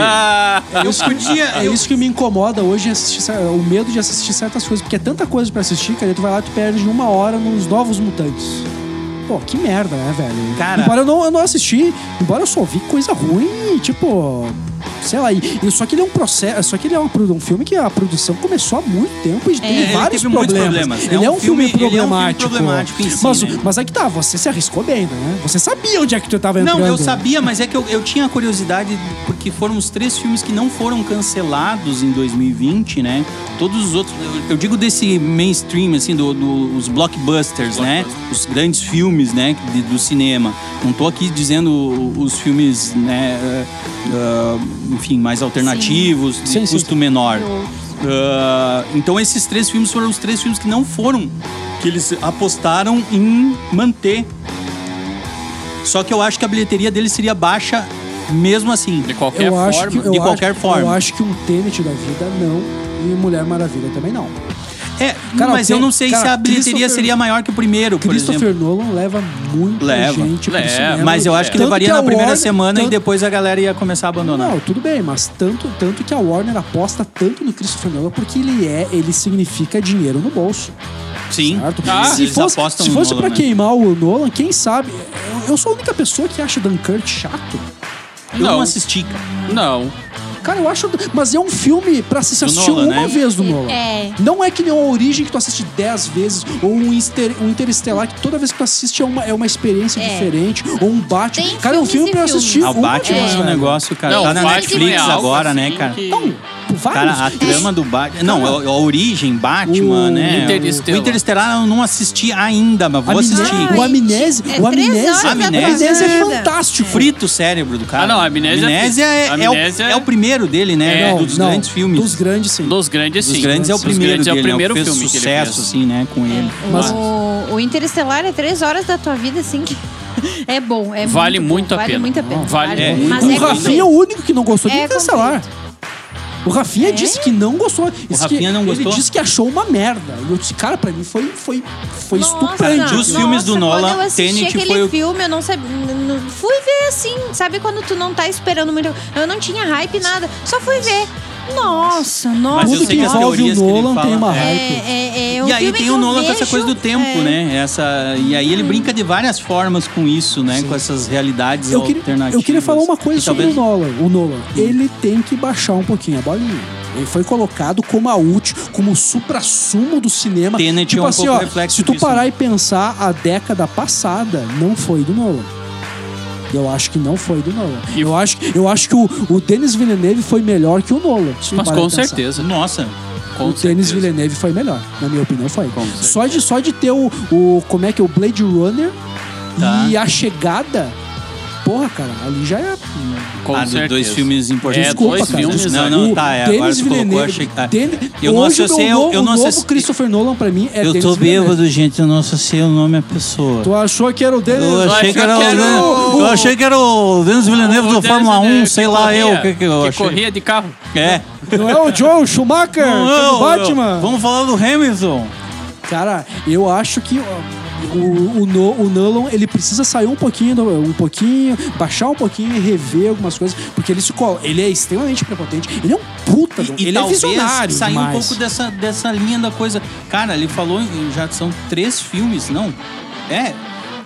Eu podia.
É
eu-
isso que me incomoda hoje, é assistir, cer- o medo de assistir certas coisas, porque é tanta coisa pra assistir, cara, e tu vai lá e tu perde uma hora nos Novos Mutantes. Pô, que merda, né, velho?
Cara-
Embora eu não, eu não assisti, embora eu só vi coisa ruim, tipo... Sei lá, e, e só que ele é um processo, só que ele é um, produ- um filme que a produção começou há muito tempo e tem
É, ele
vários
teve muitos
problemas.
problemas.
Ele é um filme,
ele é um filme
problemático.
problemático em si,
mas,
né?
mas é que tá, você se arriscou bem, né? Você sabia onde é que tu tava entrando.
Não, eu sabia, mas é que eu, eu tinha a curiosidade, porque foram os três filmes que não foram cancelados em 2020, né? Todos os outros. eu- Eu digo desse mainstream, assim, dos do, os blockbusters, né? Os grandes filmes, né? de- do cinema. Não tô aqui dizendo os filmes, né? eh, ah, enfim, mais alternativos, de
Sim, sim,
custo
sim.
menor. Ah, então esses três filmes foram os três filmes que não foram, que eles apostaram em manter só que eu acho que a bilheteria dele seria baixa mesmo assim.
De qualquer
Eu acho
forma.
que, eu
de
acho-
qualquer forma.
Eu acho que um Tenet da vida não e Mulher Maravilha também não.
É,
Cara,
mas eu
tem-
não sei
cara,
se a bilheteria
Christopher-
seria maior que o primeiro, por exemplo.
Christopher Nolan leva muita
Leva, É,
gente pro
leva,
cinema.
Mas eu acho que
Tanto
levaria
a
na primeira
Warner-
semana e
tanto-
depois né? a galera ia começar a abandonar.
Não, tudo bem, mas tanto, tanto que a Warner aposta tanto no Christopher Nolan porque ele é, ele significa dinheiro no bolso,
Sim.
certo?
Ah,
se
eles
fosse,
apostam
se
no
fosse
Nolan,
pra
né?
queimar o Nolan, quem sabe? Eu, eu sou a única pessoa que acha Dunkirk chato.
Eu não,
Não.
assisti, cara.
Não.
Tá
Cara, eu acho. Mas é um filme pra se assistir
Nolan,
uma
né?
vez do Nolan.
É.
Não é que nem uma origem que tu assiste dez vezes, ou um, inter, um interestelar que toda vez que tu assiste é uma, é uma experiência
É.
diferente, ou um Batman.
Tem
cara, é um
filmes
filme
e
pra eu assistir
Ah,
uma
o Batman
vez,
é um
velho.
negócio, cara.
não,
tá na
Batman
Netflix
é algo
agora, né,
assim
cara?
que-
Então, vários.
Cara, a trama do Batman. Não,
Cara.
a, a origem, Batman,
O
né?
Interestelar.
O Interestelar eu não assisti ainda, mas vou
Amine-
assistir.
o Amnésia.
É três horas
o Amnésia,
da
Amnésia.
Amnésia é
jornada.
fantástico.
Frita o cérebro do cara.
Ah, não, a Amnésia-
é, é o-
Amnésia-
é o, primeiro dele, né?
É,
do-
Não,
dos
não,
grandes filmes.
Dos grandes, sim.
Dos grandes, sim.
Dos grandes é o
Dos
primeiro
grandes
dele,
é o primeiro
né?
filme
fez
que ele
sucesso,
fez.
assim, né,
É.
com ele.
Mas-
O, o Interestelar é três horas da tua vida, assim, que é bom. É
Vale
muito, bom,
muito a
vale
pena.
Muito a pena.
Vale
muito.
muito.
É, Mas
o
é
Rafinha é o único que não gostou de
É
cancelar.
completo.
O Rafinha disse que não gostou. Disse
Rafinha
que,
não gostou?
Ele disse que achou uma merda. E eu disse, cara, pra mim foi, foi, foi
Nossa,
estuprante.
Dos
nossa,
filmes do
quando
Nolan,
eu assisti
Tenet
aquele
foi o-
filme, eu não sabia. Fui ver assim, sabe quando tu não tá esperando muito. Eu não tinha hype, nada. Só fui ver. Nossa, nossa.
Mas eu sei
Tudo que
que as
envolve o
teorias que ele
Nolan
fala-
tem uma
É,
é,
hype.
é, é, um
E aí
filme
tem
que
o
eu
Nolan com essa
vejo-
coisa do tempo,
é.
né? Essa, e aí ele
É.
brinca de várias formas com isso, né? Com essas realidades
Eu queria,
alternativas.
eu queria falar uma coisa
E
sobre
talvez- Hum.
o Nolan. O Nolan, ele tem que baixar um pouquinho a bolinha. Ele foi colocado como a útil, como o supra-sumo do cinema.
Tenet
tipo
é um
assim,
pouco
ó,
reflexo
se tu
disso,
parar
né?
e pensar, a década passada não foi do Nolan. Eu acho que não foi do Nolan.
E-
Eu acho, eu acho que o, o Denis Villeneuve foi melhor que o Nolan. se tu
Mas
parar
com
e pensar.
certeza.
Nossa,
Com
o Denis
certeza.
Villeneuve foi melhor, na minha opinião foi.
Com certeza.
Só de, só de ter o, o- como é que é, o Blade Runner
Tá.
e a chegada, porra, cara, ali já é...
Com
ah, do-
certeza.
dois filmes importantes.
É,
Desculpa,
dois
cara.
filmes.
Não,
aí.
não,
O
tá, é, agora
Denis
tu colocou,
Villeneuve...
achei que tá.
Den-
Eu não
Hoje,
associei,
o
eu- eu
novo,
não
o novo
associei-
Christopher Nolan, pra mim, é
eu
Denis
tô
Villeneuve.
bêbado, gente, eu não associei o nome à pessoa.
Tu achou que era o Denis...
Eu achei que era o,
o-
eu achei que era o Denis Villeneuve
Ah, O
do
Denis
Fórmula 1,
Villeneuve
sei lá
corria-
eu, o que que eu achei.
corria de carro.
É.
Não é o Joe Schumacher,
Não,
do então, Batman.
Vamos falar do Hamilton.
Cara, eu acho que ó, o, o, No- o Nolan ele precisa sair um pouquinho, do- um pouquinho, baixar um pouquinho e rever algumas coisas, porque ele se cola. Ele é extremamente prepotente. Ele é um puta,
Então,
do- ele é visionário.
sair um
demais.
pouco dessa, dessa linha da coisa. Cara, ele falou, em- já são três filmes, não? É.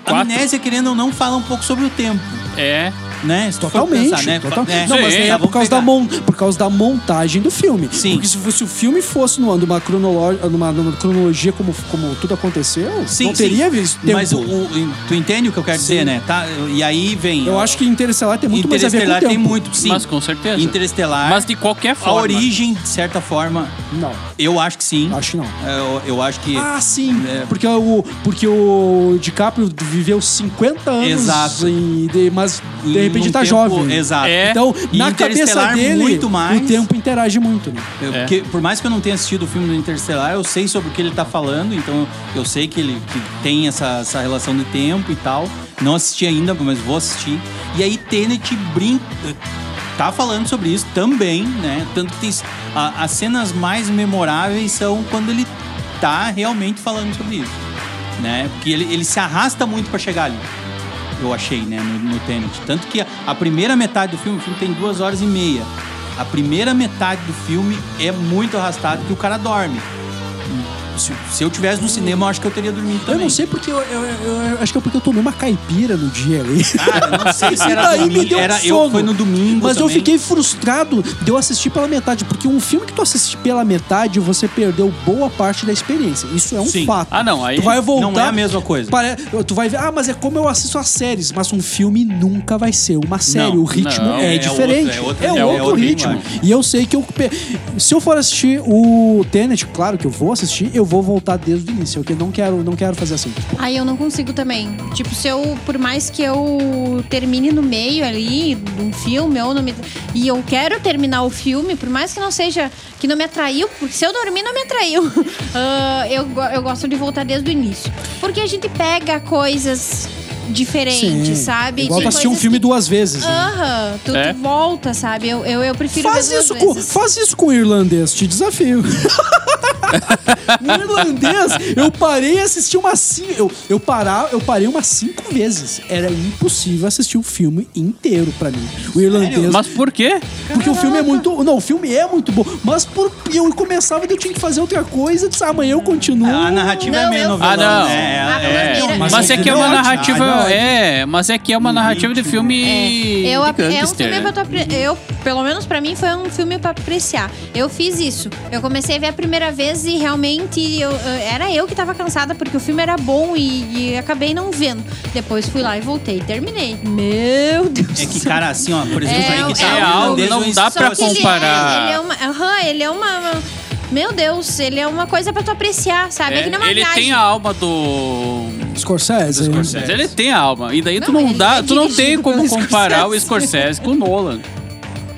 A
Quatro.
Amnésia, querendo ou não, fala um pouco sobre o tempo,
É.
né? Se tu for
Totalmente.
pensar, né?
total-
É,
Não, mas
Sim,
é,
tá,
por,
vamos
causa da
pegar.
mon, por causa da montagem do filme.
Sim.
Porque se, fosse- se o filme fosse numa, numa, cronolo- numa, numa cronologia como, como tudo aconteceu,
Sim,
não teria
sim.
visto tempo.
Mas o, o- tu entende o que eu quero dizer, né? Tá, e aí vem.
Eu acho que Interestelar tem muito mais a ver com o
Interestelar
tempo.
tem muito, sim.
Mas com certeza.
Interestelar.
Mas de qualquer
a
forma.
origem, de certa forma,
Não,
eu acho que sim. É,
acho que não.
Eu, eu acho que.
Ah, sim.
É.
Porque, o, porque o DiCaprio viveu 50 anos.
Exato.
e de- mas de
em
repente
um
tá
tempo-
jovem.
Exato.
É.
Então,
E
na cabeça
Interestelar,
dele,
muito mais.
o tempo interage muito, né?
Eu-
É.
porque, por mais que eu não tenha assistido o filme do Interstellar, eu sei sobre o que ele tá falando, então eu sei que ele que tem essa, essa relação de tempo e tal. Não assisti ainda, mas vou assistir. E aí Tenet brinca. Tá falando sobre isso também, né? Tanto que tem, s- a- as cenas mais memoráveis são quando ele tá realmente falando sobre isso. Né? Porque ele, ele se arrasta muito pra chegar ali. Eu achei, né? No, no Tenet. Tanto que a, a primeira metade do filme, o filme tem duas horas e meia. A primeira metade do filme é muito arrastado que o cara dorme. Se, se eu tivesse no cinema, eu acho que eu teria dormido também.
Eu não sei porque. Eu, eu- eu- eu- acho que é porque eu tomei uma caipira no dia ali.
Cara, eu não sei se era
Daí me
domingo.
deu um
era, eu
sono.
foi no domingo.
Mas eu
também.
fiquei frustrado de eu assistir pela metade, porque um filme que tu assiste pela metade, você perdeu boa parte da experiência. Isso é um
Sim.
fato.
Ah, não, aí
tu vai voltar.
Não é a mesma coisa.
Pare- Tu vai ver, ah, mas é como eu assisto as séries, mas um filme nunca vai ser uma série.
Não,
o ritmo
não,
é,
é
diferente.
outro- é outro-
é
é
outro
outro
ritmo.
linguagem.
E eu sei que eu. pe- Se eu for assistir o Tenet, claro que eu vou assistir, eu vou voltar desde o início. Eu não quero, não quero fazer assim.
Aí eu não consigo também. Tipo, se eu, por mais que eu termine no meio ali de um filme ou não me, e eu quero terminar o filme, por mais que não seja que não me atraiu, porque se eu dormir não me atraiu. Ah, eu, go- eu gosto de voltar desde o início, porque a gente pega coisas diferentes,
Sim.
sabe?
Igual
Tem
pra assistir um
coisas
filme
que-
duas vezes. né?
Aham, tu, tu
É.
volta, sabe? Eu, eu, eu prefiro ver
Faz
duas
isso, com,
vezes.
faz isso com o irlandês, te desafio. o irlandês, eu parei e assisti umas cinco. Eu, eu, parar, eu parei umas cinco vezes. Era impossível assistir o filme inteiro pra mim. O irlandês.
Mas por quê?
Porque o filme é muito. Não, o filme é muito bom. Mas por, eu começava e eu tinha que fazer outra coisa. Disse, "Ah, amanhã eu continuo.
A narrativa é
Não,
meio
eu-
novela.
Ah, não.
Ah,
É, é,
não,
Mas,
Mas
é que é uma
não,
narrativa.
Ah,
não, não.
É, mas é que é uma narrativa de filme.
Eu,
de
ap- é um
gangster,
filme que
né?
eu, tô apre- eu, pelo menos pra mim, foi um filme pra apreciar. Eu fiz isso. Eu comecei a ver a primeira vez e realmente eu, eu- era eu que tava cansada porque o filme era bom e, e acabei não vendo. Depois fui lá e voltei e terminei. Meu Deus
É que, cara, assim, ó, por exemplo, aí que
é
tá o
algo,
irlandês,
não
eu
dá
estou
pra
que
assistindo-
ele é-
comparar.
Ele é, uma. aham, ele é uma. uma- Meu Deus, ele é uma coisa pra tu apreciar, sabe? É, que não é uma
ele
viagem.
tem a alma do.
Scorsese.
Mas ele tem a alma. E daí tu
Não,
não
ele
dá,
é
tu não
dirigido
tem como
pelo
comparar o
Scorsese.
Scorsese com o Nolan.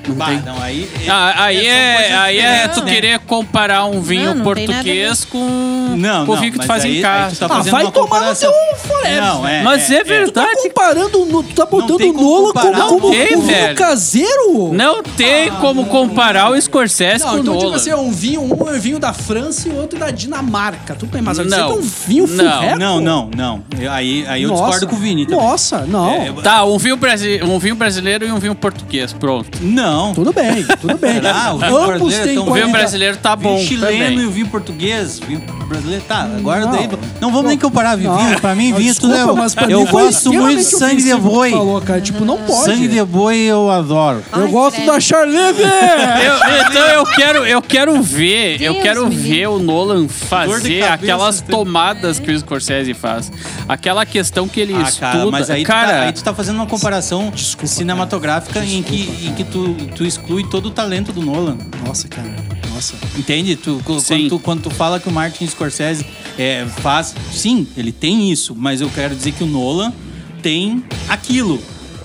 Não
Bah,
tem.
não, aí,
Ah, aí é,
são coisas
aí é
diferentes,
tu
né?
querer comparar um vinho
Não, não tem nada a ver.
português com
Não,
com o
não,
vinho que tu
mas
faz
aí-
em
aí
casa.
tu tá
Ah,
fazendo
vai
uma
tomar no
comparação.
teu forever,
Não, é.
Mas é
Tu tá
verdade.
comparando, no- tu tá
Não
botando
tem
o
como
Nola como,
comparar,
como,
não tem,
vinho
velho.
caseiro?
Não tem como comparar o Scorsese
Não,
com o
então tipo
Nolan.
assim, é um vinho, um é vinho da França e outro da Dinamarca. Tudo bem, mas você
Não.
tem um vinho full
Não,
reco?
Não, não, não. Eu- Aí, aí eu
Nossa.
discordo com o Vini também.
Nossa, não.
É, eu-
Tá, um vinho, brasi- um vinho brasileiro e um vinho português, pronto.
Não.
Tudo bem, tudo bem.
Será? O vinho
Ambos
brasileiro é
têm
tão
O vinho
Qualidade.
qualidade.
brasileiro tá
vinho
bom
chileno
também.
e o vinho português, vinho brasileiro. Tá, agora
Não.
daí. Não vamos nem comparar vinho.
Não.
vinho pra mim,
Não,
vinho tudo é.
desculpa, mas pra
eu
mim foi
gosto muito de
extremamente
sangue de
ofensivo o que
boi.
tu Falou, cara. Tipo, não pode.
Sangue de boi eu adoro.
Eu
Ai,
gosto
credo.
da Charleve!
Eu- então eu quero, eu quero ver, eu
Deus
quero
me
ver o Nolan
Dor de
fazer
cabeça, né?
aquelas
tem-
tomadas que o Scorsese faz. Aquela questão que ele
Ah,
estuda.
cara, mas aí, tu tá,
cara,
aí tu tá fazendo uma comparação cinematográfica em que, em que tu, tu exclui todo o talento do Nolan.
Nossa, cara. Nossa.
Entende? Tu, cu-
Sim.
quando, tu, quando tu fala que o Martin Scorsese é, faz. Sim, ele tem isso, mas eu quero dizer que o Nolan tem aquilo.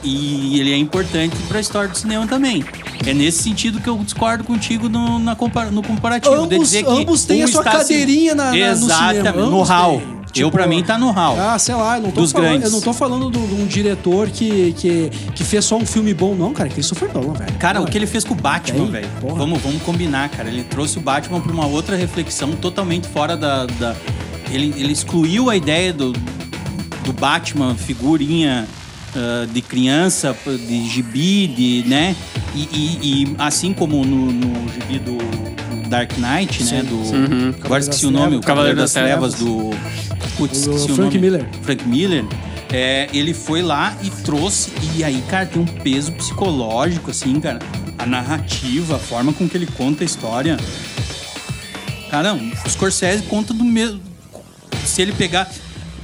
E ele é importante pra história do cinema também. É nesse sentido que eu discordo contigo no, na compara- no comparativo. de
Ambos-
dizer que
ambos têm
um
a sua
está se-
cadeirinha na- na- no cinema.
Exatamente, no
Ambos
hall.
têm.
eu,
Tipo,
pra mim, tá no hall.
Ah, sei lá, eu não tô
Dos
falando,
grandes.
eu não tô falando de um diretor que, que, que fez só um filme bom, não, cara. Que isso foi bom, velho.
Cara, o
Porra.
que ele fez com o Batman,
Bem,
velho.
porra.
Vamos, vamos combinar, cara. Ele trouxe o Batman pra uma outra reflexão totalmente fora da. da- Ele, ele excluiu a ideia do, do Batman, figurinha ah, de criança, de gibi, de, né? E, e- e assim como no, no gibi do, do Dark Knight, né? Do, Agora esqueci o nome, o Cavaleiro das, Trevas, do. Putz,
O
esqueci o
Frank
nome.
Miller.
Frank Miller, é, ele foi lá e trouxe. E aí, cara, tem um peso psicológico, assim, cara. A narrativa, a forma com que ele conta a história. Cara, o Scorsese conta do mesmo. Se ele pegar.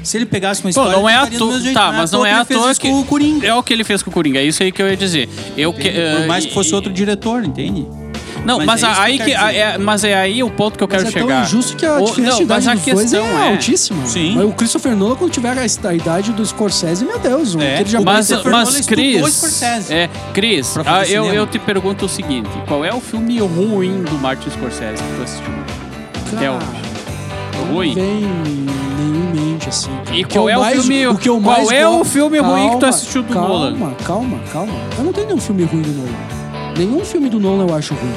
Se ele pegasse uma
Pô,
história.
não é
ele
à
faria do
toa.
mesmo jeito.
Tá, mas não é à
que ele fez
toa
isso
que.
com o Coringa.
É o que ele fez com o Coringa, é isso aí que eu ia dizer. Eu que,
Por
eh,
mais que fosse
e-
outro diretor, entende?
Não, mas,
é isso
aí
eu
que,
quero dizer.
é- mas é aí o ponto que eu quero
mas é
chegar.
tão injusto que a
O-
diferença
não,
de idade
mas a
dos dois
questão
é,
é,
altíssima.
Sim.
Mas o Christopher Nolan, quando tiver a a idade do Scorsese, meu Deus, o
É.
que ele já
O
Mas,
Christopher Nolan
mas
estudou o
Cris,
Scorsese
é, Cris
pra fazer
ah, eu,
cinema.
eu te pergunto o seguinte: qual é o filme ruim do Martin Scorsese que tu assistiu? até
Cara,
hoje.
não
Ruim?
vem nenhum em mente, assim. cara.
E
O que
qual
eu
é o filme-
o que eu
qual
mais
é o
gosto-
filme ruim que tu
Calma,
assistiu do
calma,
Nolan?
Calma, calma, calma. Eu não tenho nenhum filme ruim do Nolan. Nenhum filme do Nolan eu acho ruim.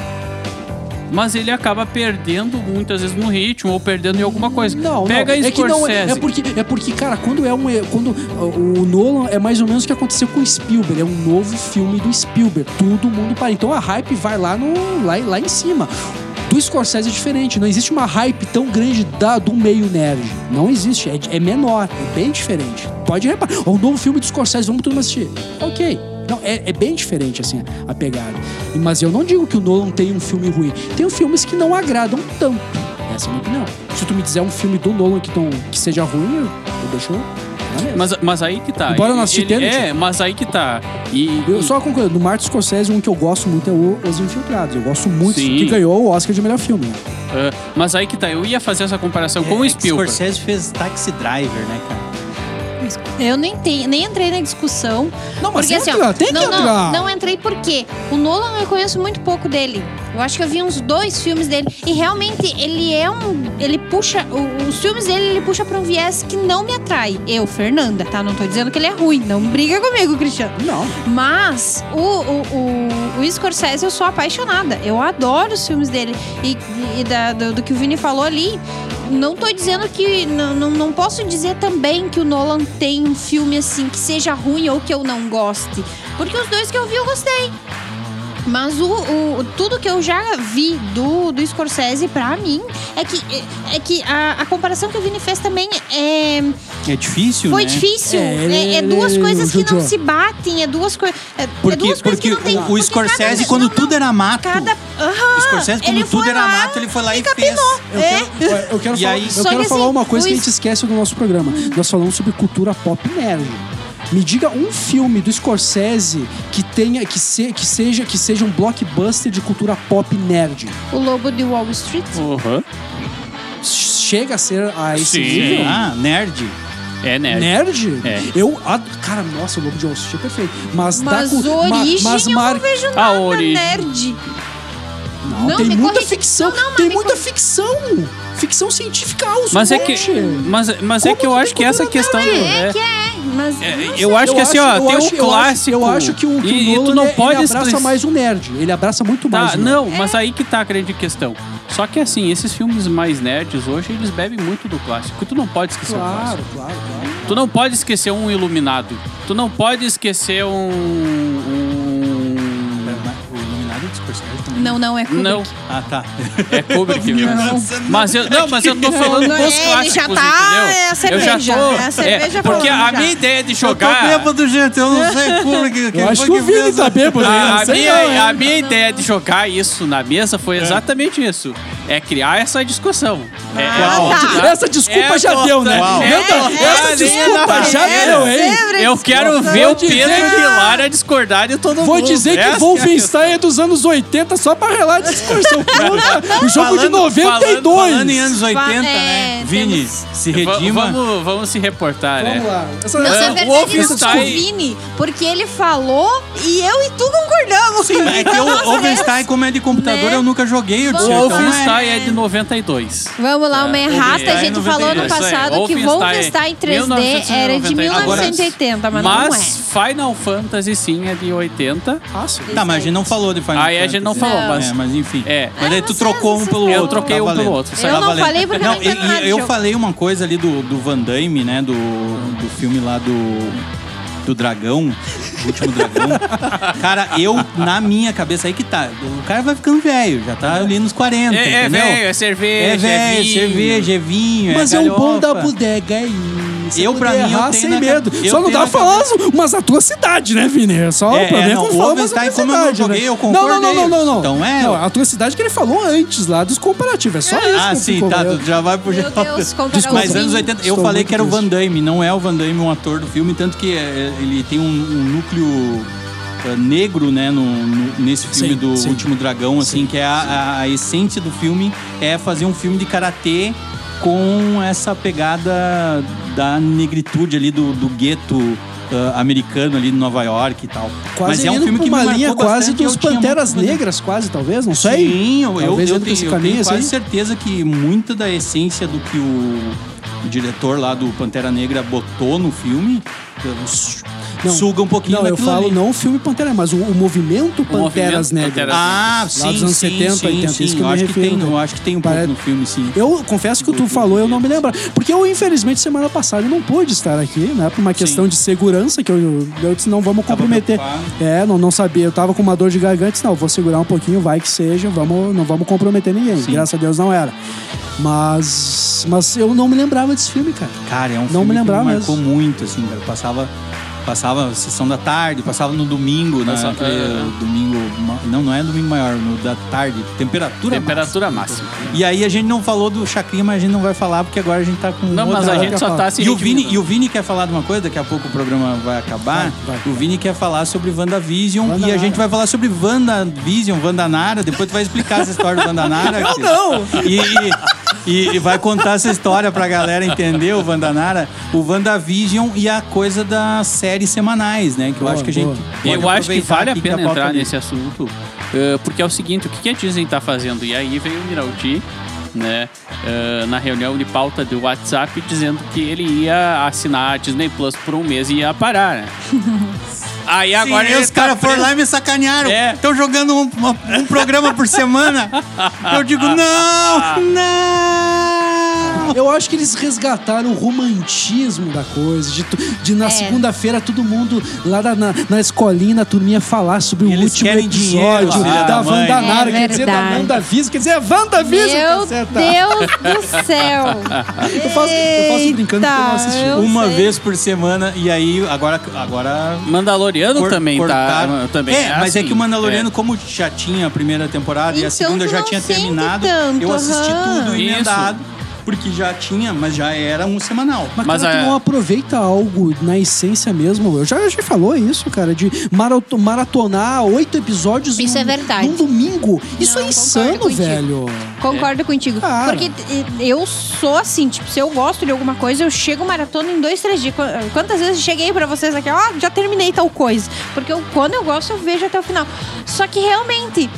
Mas ele acaba perdendo muitas vezes no ritmo ou perdendo em alguma coisa.
Não,
Pega
não.
Scorsese.
É que não é, é porque é porque cara, quando é um quando uh, o Nolan é mais ou menos o que aconteceu com o Spielberg, é um novo filme do Spielberg, todo mundo para. Então a hype vai lá no lá, lá em cima. Do Scorsese é diferente, não existe uma hype tão grande da, do meio nerd. Não existe, é, é menor, é bem diferente. Pode reparar, ó, o novo filme do Scorsese, vamos todo mundo assistir. Ok, não, é, é bem diferente, assim, a pegada. E- Mas eu não digo que o Nolan tem um filme ruim. Tem filmes que não agradam tanto. Essa é a minha opinião. Se tu me dizer um filme do Nolan que, tão- que seja ruim, eu, eu deixo. na mesa.
Mas, mas aí que tá.
Embora eu
Ele-
não assisti
ele-
Tenet.
É, mas aí que tá. E,
Eu
e-
só concluindo, do Martin Scorsese, um que eu gosto muito é o Os Infiltrados. Eu gosto muito,
Sim.
que ganhou o Oscar de melhor filme. né?
ah, mas aí que tá. Eu ia fazer essa comparação com
É,
o
que
Spielberg.
Scorsese fez Taxi Driver, né, cara?
Eu nem, te- nem entrei na discussão.
Não, mas
porque, assim,
entra,
ó,
tem que
não, Não,
entrar.
não entrei porque o Nolan eu conheço muito pouco dele. Eu acho que eu vi uns dois filmes dele. E realmente ele é um. Ele puxa. o- os filmes dele, ele puxa pra um viés que não me atrai. Eu, Fernanda, tá? Não tô dizendo que ele é ruim. Não briga comigo, Cristiano.
Não.
Mas o, o, o, o Scorsese eu sou apaixonada. Eu adoro os filmes dele. E, e da- do, do que o Vini falou ali. Não tô dizendo que. Não, não, não posso dizer também que o Nolan tem um filme assim que seja ruim ou que eu não goste. Porque os dois que eu vi eu gostei. Mas o, o- tudo que eu já vi do, do Scorsese, pra mim, é que, é, é que a, a comparação que o Vini fez também é,
É difícil,
foi
né?
difícil.
É,
É,
ele-
é duas
ele
coisas que não
judiou.
se batem, é duas coisas. É, é
Porque,
duas coisas
porque
que não tem. um
o, o Scorsese, quando tudo era mato,
Cada.
o
Aham,
Scorsese, Ah, quando
ele
tudo
foi
era
lá
mato, ele foi lá e, fez.
Eu
É.
quero, eu quero
E
falar,
aí-
eu
Só
quero
que
falar
assim, Hum.
uma coisa
o
que a
es-
gente esquece do nosso programa. Nós falamos sobre cultura pop nerd. Me diga um filme do Scorsese que tenha que, se, que seja que seja um blockbuster de cultura pop nerd.
O Lobo de Wall Street.
Uhum.
Chega a ser a esse
Sim.
nível?
Ah, nerd.
É nerd.
Né? Nerd?
É.
Eu. ad- Cara, nossa, o Lobo de Wall Street é perfeito. Mas,
Mas
dá cu- ma-
origem
mas
eu
mar-
não vejo
A
nada
origem.
nerd.
Não,
Não,
tem
me
muita
corrige.
ficção.
Não, não, mas
tem
me
muita
corrige.
ficção. Ficção científica. aos
Mas é que,
monte.
mas, mas é
Como
que eu
que
acho que essa questão. do-
É,
é.
que é, mas.
É,
não
eu
sei.
acho que assim, ó,
eu
tem
acho-
o
eu acho-
clássico.
Eu acho que o, que
e,
o
e tu
Nolan,
não
ele
pode
abraça
estres-
mais o nerd. Ele abraça muito mais um. É.
Tá,
o nerd.
não, mas aí que tá a grande questão. Só que assim, esses filmes mais nerds hoje, eles bebem muito do clássico. E tu não pode esquecer o
Claro,
clássico.
claro, claro.
Tu não pode esquecer um iluminado. Tu não pode esquecer um. um...
O iluminado dos personagens também.
Não, não, é Kubrick.
Não,
Ah, tá.
é Kubrick mesmo.
Não.
Mas eu, não, mas eu tô falando
Não,
dos
é, ele
clássicos,
já tá-
entendeu?
é a
eu já
cerveja,
tô.
é a cerveja
porque
falando
a
já.
minha ideia de
Eu tô
jogar.
bêbado, gente. Eu não sei como que... quem
Eu acho
foi
que o Vini
fez
tá
a-
bêbado. né?
Ah, A, a
Sei
minha,
lá, né?
a minha ideia de jogar isso na mesa foi exatamente isso. É criar essa discussão.
Ah,
É, é-
tá.
Essa desculpa
É
já
a
deu,
porta.
né?
Uau.
Meu Deus,
É,
essa
é,
desculpa
é,
já
é,
deu, hein?
Eu quero
Vou
ver o
dizer
Pedro
que-
Aguilar a discordar de todo mundo.
Vou dizer
Essa é
que
a
Wolfenstein é dos anos 80 só pra relar a discussão. Puta, O jogo
Falando-
de 92.
Falando em anos 80,
Fa-
né?
é,
Vini,
temos-
se
questão. Va-
redima.
Vamos, vamos se reportar,
Vamos
né?
lá. Essa-
Não,
É,
você é
o
verdade isso com o
Wolfenstein-
Vini, porque ele falou e eu e tu concordamos.
Sim, é que
Nossa,
o Overstein, como é de computador,
Né?
eu nunca joguei. Eu
Vamos
O
disse, então,
Wolfenstein é de 92.
Vamos lá, uma errata. A
Wolfenstein
gente falou no
92, isso É, aí.
passado que
Wolfenstein
Wolfenstein 3D era de 1980, mas, é.
Mas Final Fantasy sim é de 80.
é. Tá, mas a gente não falou de Final
Ah, é, a gente não
Fantasy.
falou,
mas-
É, mas enfim.
É.
Mas aí tu
vocês-
trocou um
vocês
pelo
falam.
outro.
Eu troquei
tá
um pelo
valendo.
outro,
Eu
sabe?
não falei porque eu não entendo
e-
nada de
Eu
jogo.
falei uma coisa ali do, do Van Damme, né? Do, do filme lá do. Do dragão, o último dragão. Cara, eu, na minha cabeça, aí que tá. O cara vai ficando velho, já tá ali nos 40.
É, é
entendeu?
velho, é cerveja,
É velho,
vinho.
cerveja, é vinho.
Mas é o bom da
galhofa.
bodega, é isso.
Eu, pra
poder
mim, eu
errar
tenho
sem
na
medo.
cabe- eu
Só não
tenho
dá
na
pra falar umas da tua cidade, né, Vini? Só
É,
o problema
é,
é
não,
quando
o
fala umas da
Wolfenstein,
tua
como eu não
cidade,
joguei,
né?
eu
Não, não, não,
concordei.
não, não.
Então é-
Não, a tua cidade que ele falou antes lá dos comparativos. É só isso.
Ah,
que eu
sim,
fico-
tá,
eu-
tu já vai pro
Meu
geral.
Deus, como
Desculpa.
cada um
Mas anos 80, eu
Estou
falei
muito
que era o Van
triste.
Damme, não é o Van Damme um ator do filme, tanto que é, ele tem um, um núcleo é, negro, né, no, no- nesse filme
Sim,
do
sim.
Último Dragão, assim, que é a, a- a essência do filme é fazer um filme de karatê com essa pegada da negritude ali do, do gueto ah, americano ali de Nova York e tal. Mas
Quase
é um
indo
filme
pra
que
uma
me marcou
linha quase
bastante,
dos
eu tinha muito
Panteras
medo.
Negras, quase, talvez, não sei.
Sim, eu, eu,
Talvez
eu
ele
tenho,
esse
eu
caminho,
tenho quase
assim.
certeza que muita da essência do que o, o diretor lá do Pantera Negra botou no filme su-
Não.
suga um pouquinho
Não, eu
daquilo
falo
ali.
não o filme Pantera, mas o, o movimento Panteras
movimento
Negras.
Panteras
Ah,
Lá
sim,
dos anos
sim,
70,
sim,
80,
sim.
isso que eu
eu
me
acho que tem,
refiro.
eu acho que tem um pouco
Parece-
no filme, sim.
Eu confesso que o tu falou, eu não me lembro. Porque eu, infelizmente, semana passada eu não pude estar aqui, né? Por uma questão de segurança, que eu, eu disse, não, vamos
Tava
comprometer.
preocupado.
É, não, não sabia. Eu tava com uma dor de garganta, disse, não, vou segurar um pouquinho, vai que seja, vamos, não vamos comprometer ninguém. Graças a Deus não era. Mas, mas eu não me lembrava desse filme, cara.
Cara, é um
Não
filme
me
que
lembrava
me marcou
mesmo.
muito, assim, cara. Eu Passava, passava a sessão da tarde, passava no domingo, né?
Passa-
Aquele,
é.
domingo. ma- Não, não é domingo maior, no da tarde. Temperatura.
Temperatura máxima.
E aí a gente não falou do chacrinha, mas a gente não vai falar porque agora a gente tá com
Não,
outra
mas a
hora.
gente só tá se
E o, Vini,
né?
redimindo.
e o Vini quer falar de uma coisa, daqui a pouco o programa vai acabar.
Vai,
o
vai.
Vini quer falar sobre WandaVision e a
Wandanara.
gente vai falar sobre WandaVision, Wandanara. Depois tu vai explicar essa história do Wandanara. Eu
não!
E, e- e vai contar essa história pra galera entender, o Wandanara. O WandaVision e a coisa das séries semanais, né? Que eu
Boa,
acho que a gente.
boa.
pode
Eu acho que
aproveitar
vale a
aqui, que
pena
pauta
entrar
ali.
nesse assunto, eh, porque é o seguinte, o que que a Disney tá fazendo? E aí veio o Miraldi, né, eh, na reunião de pauta do WhatsApp, dizendo que ele ia assinar a Disney Plus por um mês e ia parar, né? Aí agora
Sim, é,
ele
os
tá
caras foram
preso.
lá e me sacanearam.
É.
Estão jogando um, uma- um programa por semana. Eu digo, não,
Ah,
não.
Eu acho que eles resgataram o romantismo da coisa, de, tu- de na
É.
segunda-feira todo mundo lá na, na, na escolinha, na turminha, falar sobre
E
o
eles
último
querem
episódio
dinheiro, filha
da
da mãe.
Vandanara,
É
quer dizer, da
verdade.
Vandaviso, quer dizer, é Vandaviso,
Meu
caceta. tá?
Deus do céu!
Eu faço- eu faço brincando porque eu não
Eita,
assisti.
eu
Uma
sei.
vez por semana. E aí, agora. agora
Mandaloriano
cor-
também tá...
cortaram.
Também
é, mas é
assim,
que o Mandaloriano, como já tinha a primeira temporada e a
Então,
segunda
tu
já
não
tinha
sente
terminado,
tanto,
eu assisti
aham.
tudo
Isso.
emendado. porque já tinha, mas já era um semanal.
Mas,
Mas
cara,
a-
tu não aproveita algo na essência mesmo. Eu já, já falou isso, cara, de marato- maratonar oito episódios
Isso
num,
é verdade.
num domingo. Isso
Não,
é
concordo
insano,
contigo.
velho.
Concordo contigo.
Cara.
Porque eh, eu sou assim, tipo, se eu gosto de alguma coisa, eu chego maratona em dois, três dias. Qu- eh, Quantas vezes eu cheguei pra vocês aqui, ó, já terminei tal coisa. Porque eu, quando eu gosto, eu vejo até o final. Só que realmente,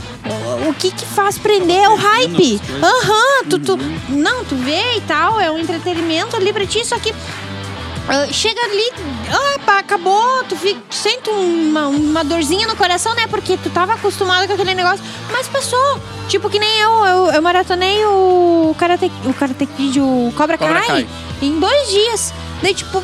o, o que que faz prender é o hype.
as coisas. Uhum.
Aham, tu, tu- Não, tu vê e tal, é um entretenimento ali pra ti, só que. ah, chega ali, ah, pá, acabou, tu fica, tu sente uma, uma dorzinha no coração, né? Porque tu tava acostumado com aquele negócio, mas passou. Tipo que nem eu, eu, eu maratonei o Karate, o Karate Kid, o Cobra,
Cobra
Kai,
Kai.
em dois dias. Daí, tipo,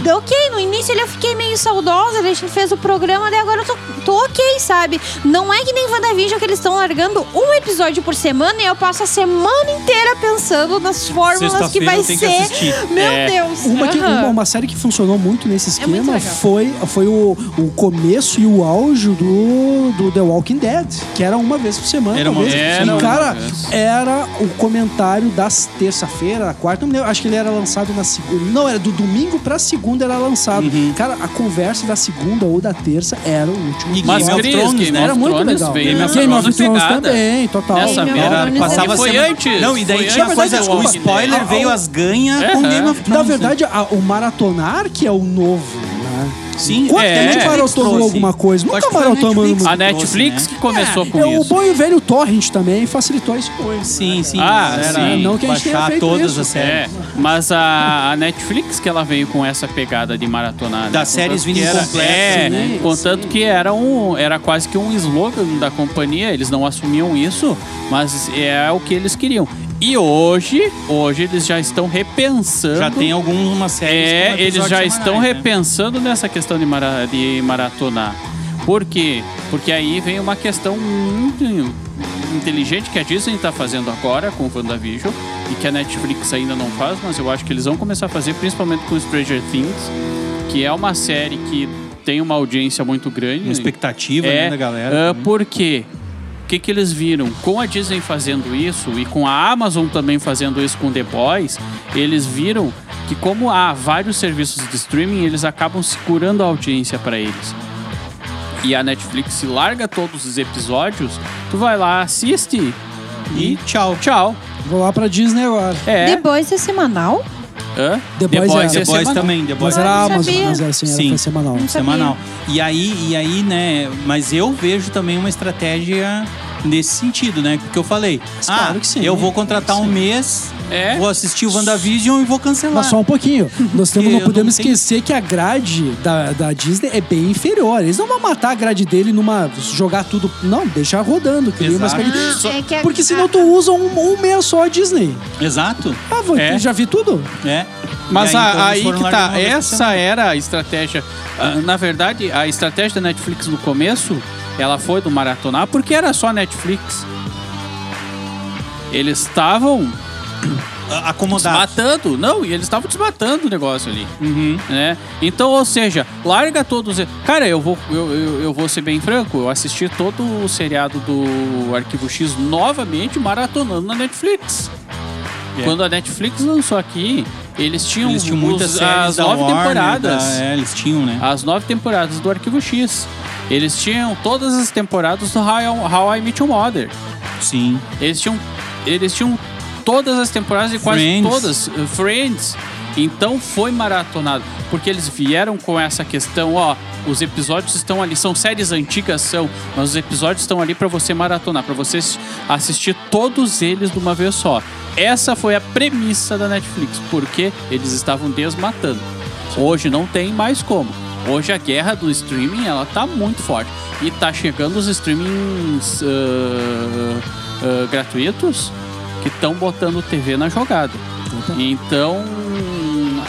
daí, ok, no início ali eu fiquei meio saudosa, daí a gente fez o programa, daí agora eu tô, tô ok, sabe? Não é que nem WandaVision que eles estão largando um episódio por semana e eu passo a semana inteira pensando nas fórmulas que vai
tem
ser.
que assistir.
Meu
É.
Deus!
Uma, que-
Aham.
uma, uma série que funcionou É muito nesse esquema
muito legal.
foi, foi o, o começo e o auge do, do The Walking Dead, que era uma vez por semana.
Era uma
talvez.
vez por
e,
semana.
cara,
Era uma vez.
era o comentário das terça-feira, da quarta, não me lembro, acho que ele era lançado na segunda. Não, era do domingo pra segunda era lançado. Cara, a conversa da segunda ou da terça era o último.
E
episódio.
Mas
Game of
Cris,
Thrones,
Game
né?
of
era muito
Thrones
legal.
veio
Game
nessa
of
mesma
Thrones
pegada.
também, total.
Nessa
Game of
merda.
Thrones
passava
é
E foi
semana-
antes.
Não, e daí
foi
tinha
antes
coisa.
do
O
Walking
spoiler
Dead.
veio as ganhas com
Aham.
Game of Thrones.
Na
né?
verdade, a- o maratonar que é o novo, né?
Sim,
Quanto
é,
que a gente maratonou
trouxe.
alguma coisa?
Acho
Nunca
que foi a
maratonou
Netflix.
A
muito.
Netflix que começou com
É, o
isso.
bom e o velho Torrent também facilitou isso.
Sim, sim.
Ah,
mas
sim.
Não que a gente tenha
baixar
feito
todas
isso.
as
É,
séries.
mas a, a Netflix que ela veio com essa pegada de maratonar. né?
Das séries
Contanto
vindo
que era-
completas,
É,
né?
contanto que era, um, era quase que um slogan da companhia, eles não assumiam isso, mas é o que eles queriam. E hoje, hoje eles já estão repensando.
É. Já tem algumas séries. com
É,
episódios
eles já
um semanais,
estão
né?
repensando nessa questão de, mara- de maratonar. Por quê? Porque aí vem uma questão muito inteligente que a Disney está fazendo agora com o WandaVision e que a Netflix ainda não faz, mas eu acho que eles vão começar a fazer, principalmente com Stranger Things, que é uma série que tem uma audiência muito grande.
Uma expectativa
É,
né, da galera.
ah,
também.
por quê? O que, que eles viram? Com a Disney fazendo isso e com a Amazon também fazendo isso com The Boys, eles viram que como há vários serviços de streaming, eles acabam segurando a audiência para eles. E a Netflix se larga todos os episódios, tu vai lá, assiste
E
e
tchau.
tchau.
Vou lá pra Disney agora.
É.
Depois é semanal?
Hã?
The Boys é-
The Boys
semanal.
também, The Boys
Mas
Ah,
era
não
a Amazon,
sabia.
mas era assim,
Sim.
era foi semanal.
Não sabia.
semanal. E aí, e aí, né? Mas eu vejo também uma estratégia nesse sentido, né? Porque eu falei,
Claro
ah,
que sim,
eu vou
claro
contratar um mês,
É.
vou assistir o WandaVision e vou cancelar.
Mas só um pouquinho. Nós temos,
Eu
não
não
podemos
tenho-
esquecer que a grade da, da Disney é bem inferior. Eles não vão matar a grade dele numa. jogar tudo. Não, deixar rodando. Criar uma
Exato.
expectativa.
Ah, é que a-
Porque senão tu usa um, um mês só a Disney.
Exato,
Ah, vou,
É.
já vi tudo.
né?
Mas
E
a-
então, eles
aí
foram
que
largando uma
tá,
vez por
essa
semana.
era a estratégia. Ah, Na verdade, a estratégia da Netflix no começo, ela foi do maratonar porque era só Netflix. Eles estavam
A- acomodar.
desmatando, não, e eles estavam desmatando o negócio ali,
Uhum.
né? Então, ou seja, larga todos. e- Cara, eu vou, eu, eu, eu vou ser bem franco, eu assisti todo o seriado do Arquivo X novamente maratonando na Netflix.
É.
Quando a Netflix lançou aqui, eles tinham,
Eles tinham
os-
muitas séries
as
da
nove
Warner,
temporadas.
da- é, eles tinham, né?
As nove temporadas do Arquivo X. Eles tinham todas as temporadas do How I, How I Met Your Mother.
Sim.
Eles tinham, eles tinham todas as temporadas e quase
Friends.
todas. eh, Friends. Então foi maratonado. Porque eles vieram com essa questão, ó. Os episódios estão ali, são séries antigas, são, mas os episódios estão ali pra você maratonar, pra você s- assistir todos eles de uma vez só. Essa foi a premissa da Netflix, porque eles estavam desmatando. Hoje não tem mais como. Hoje a guerra do streaming ela tá muito forte e tá chegando os streamings ah, ah, gratuitos que estão botando TV na jogada. Então,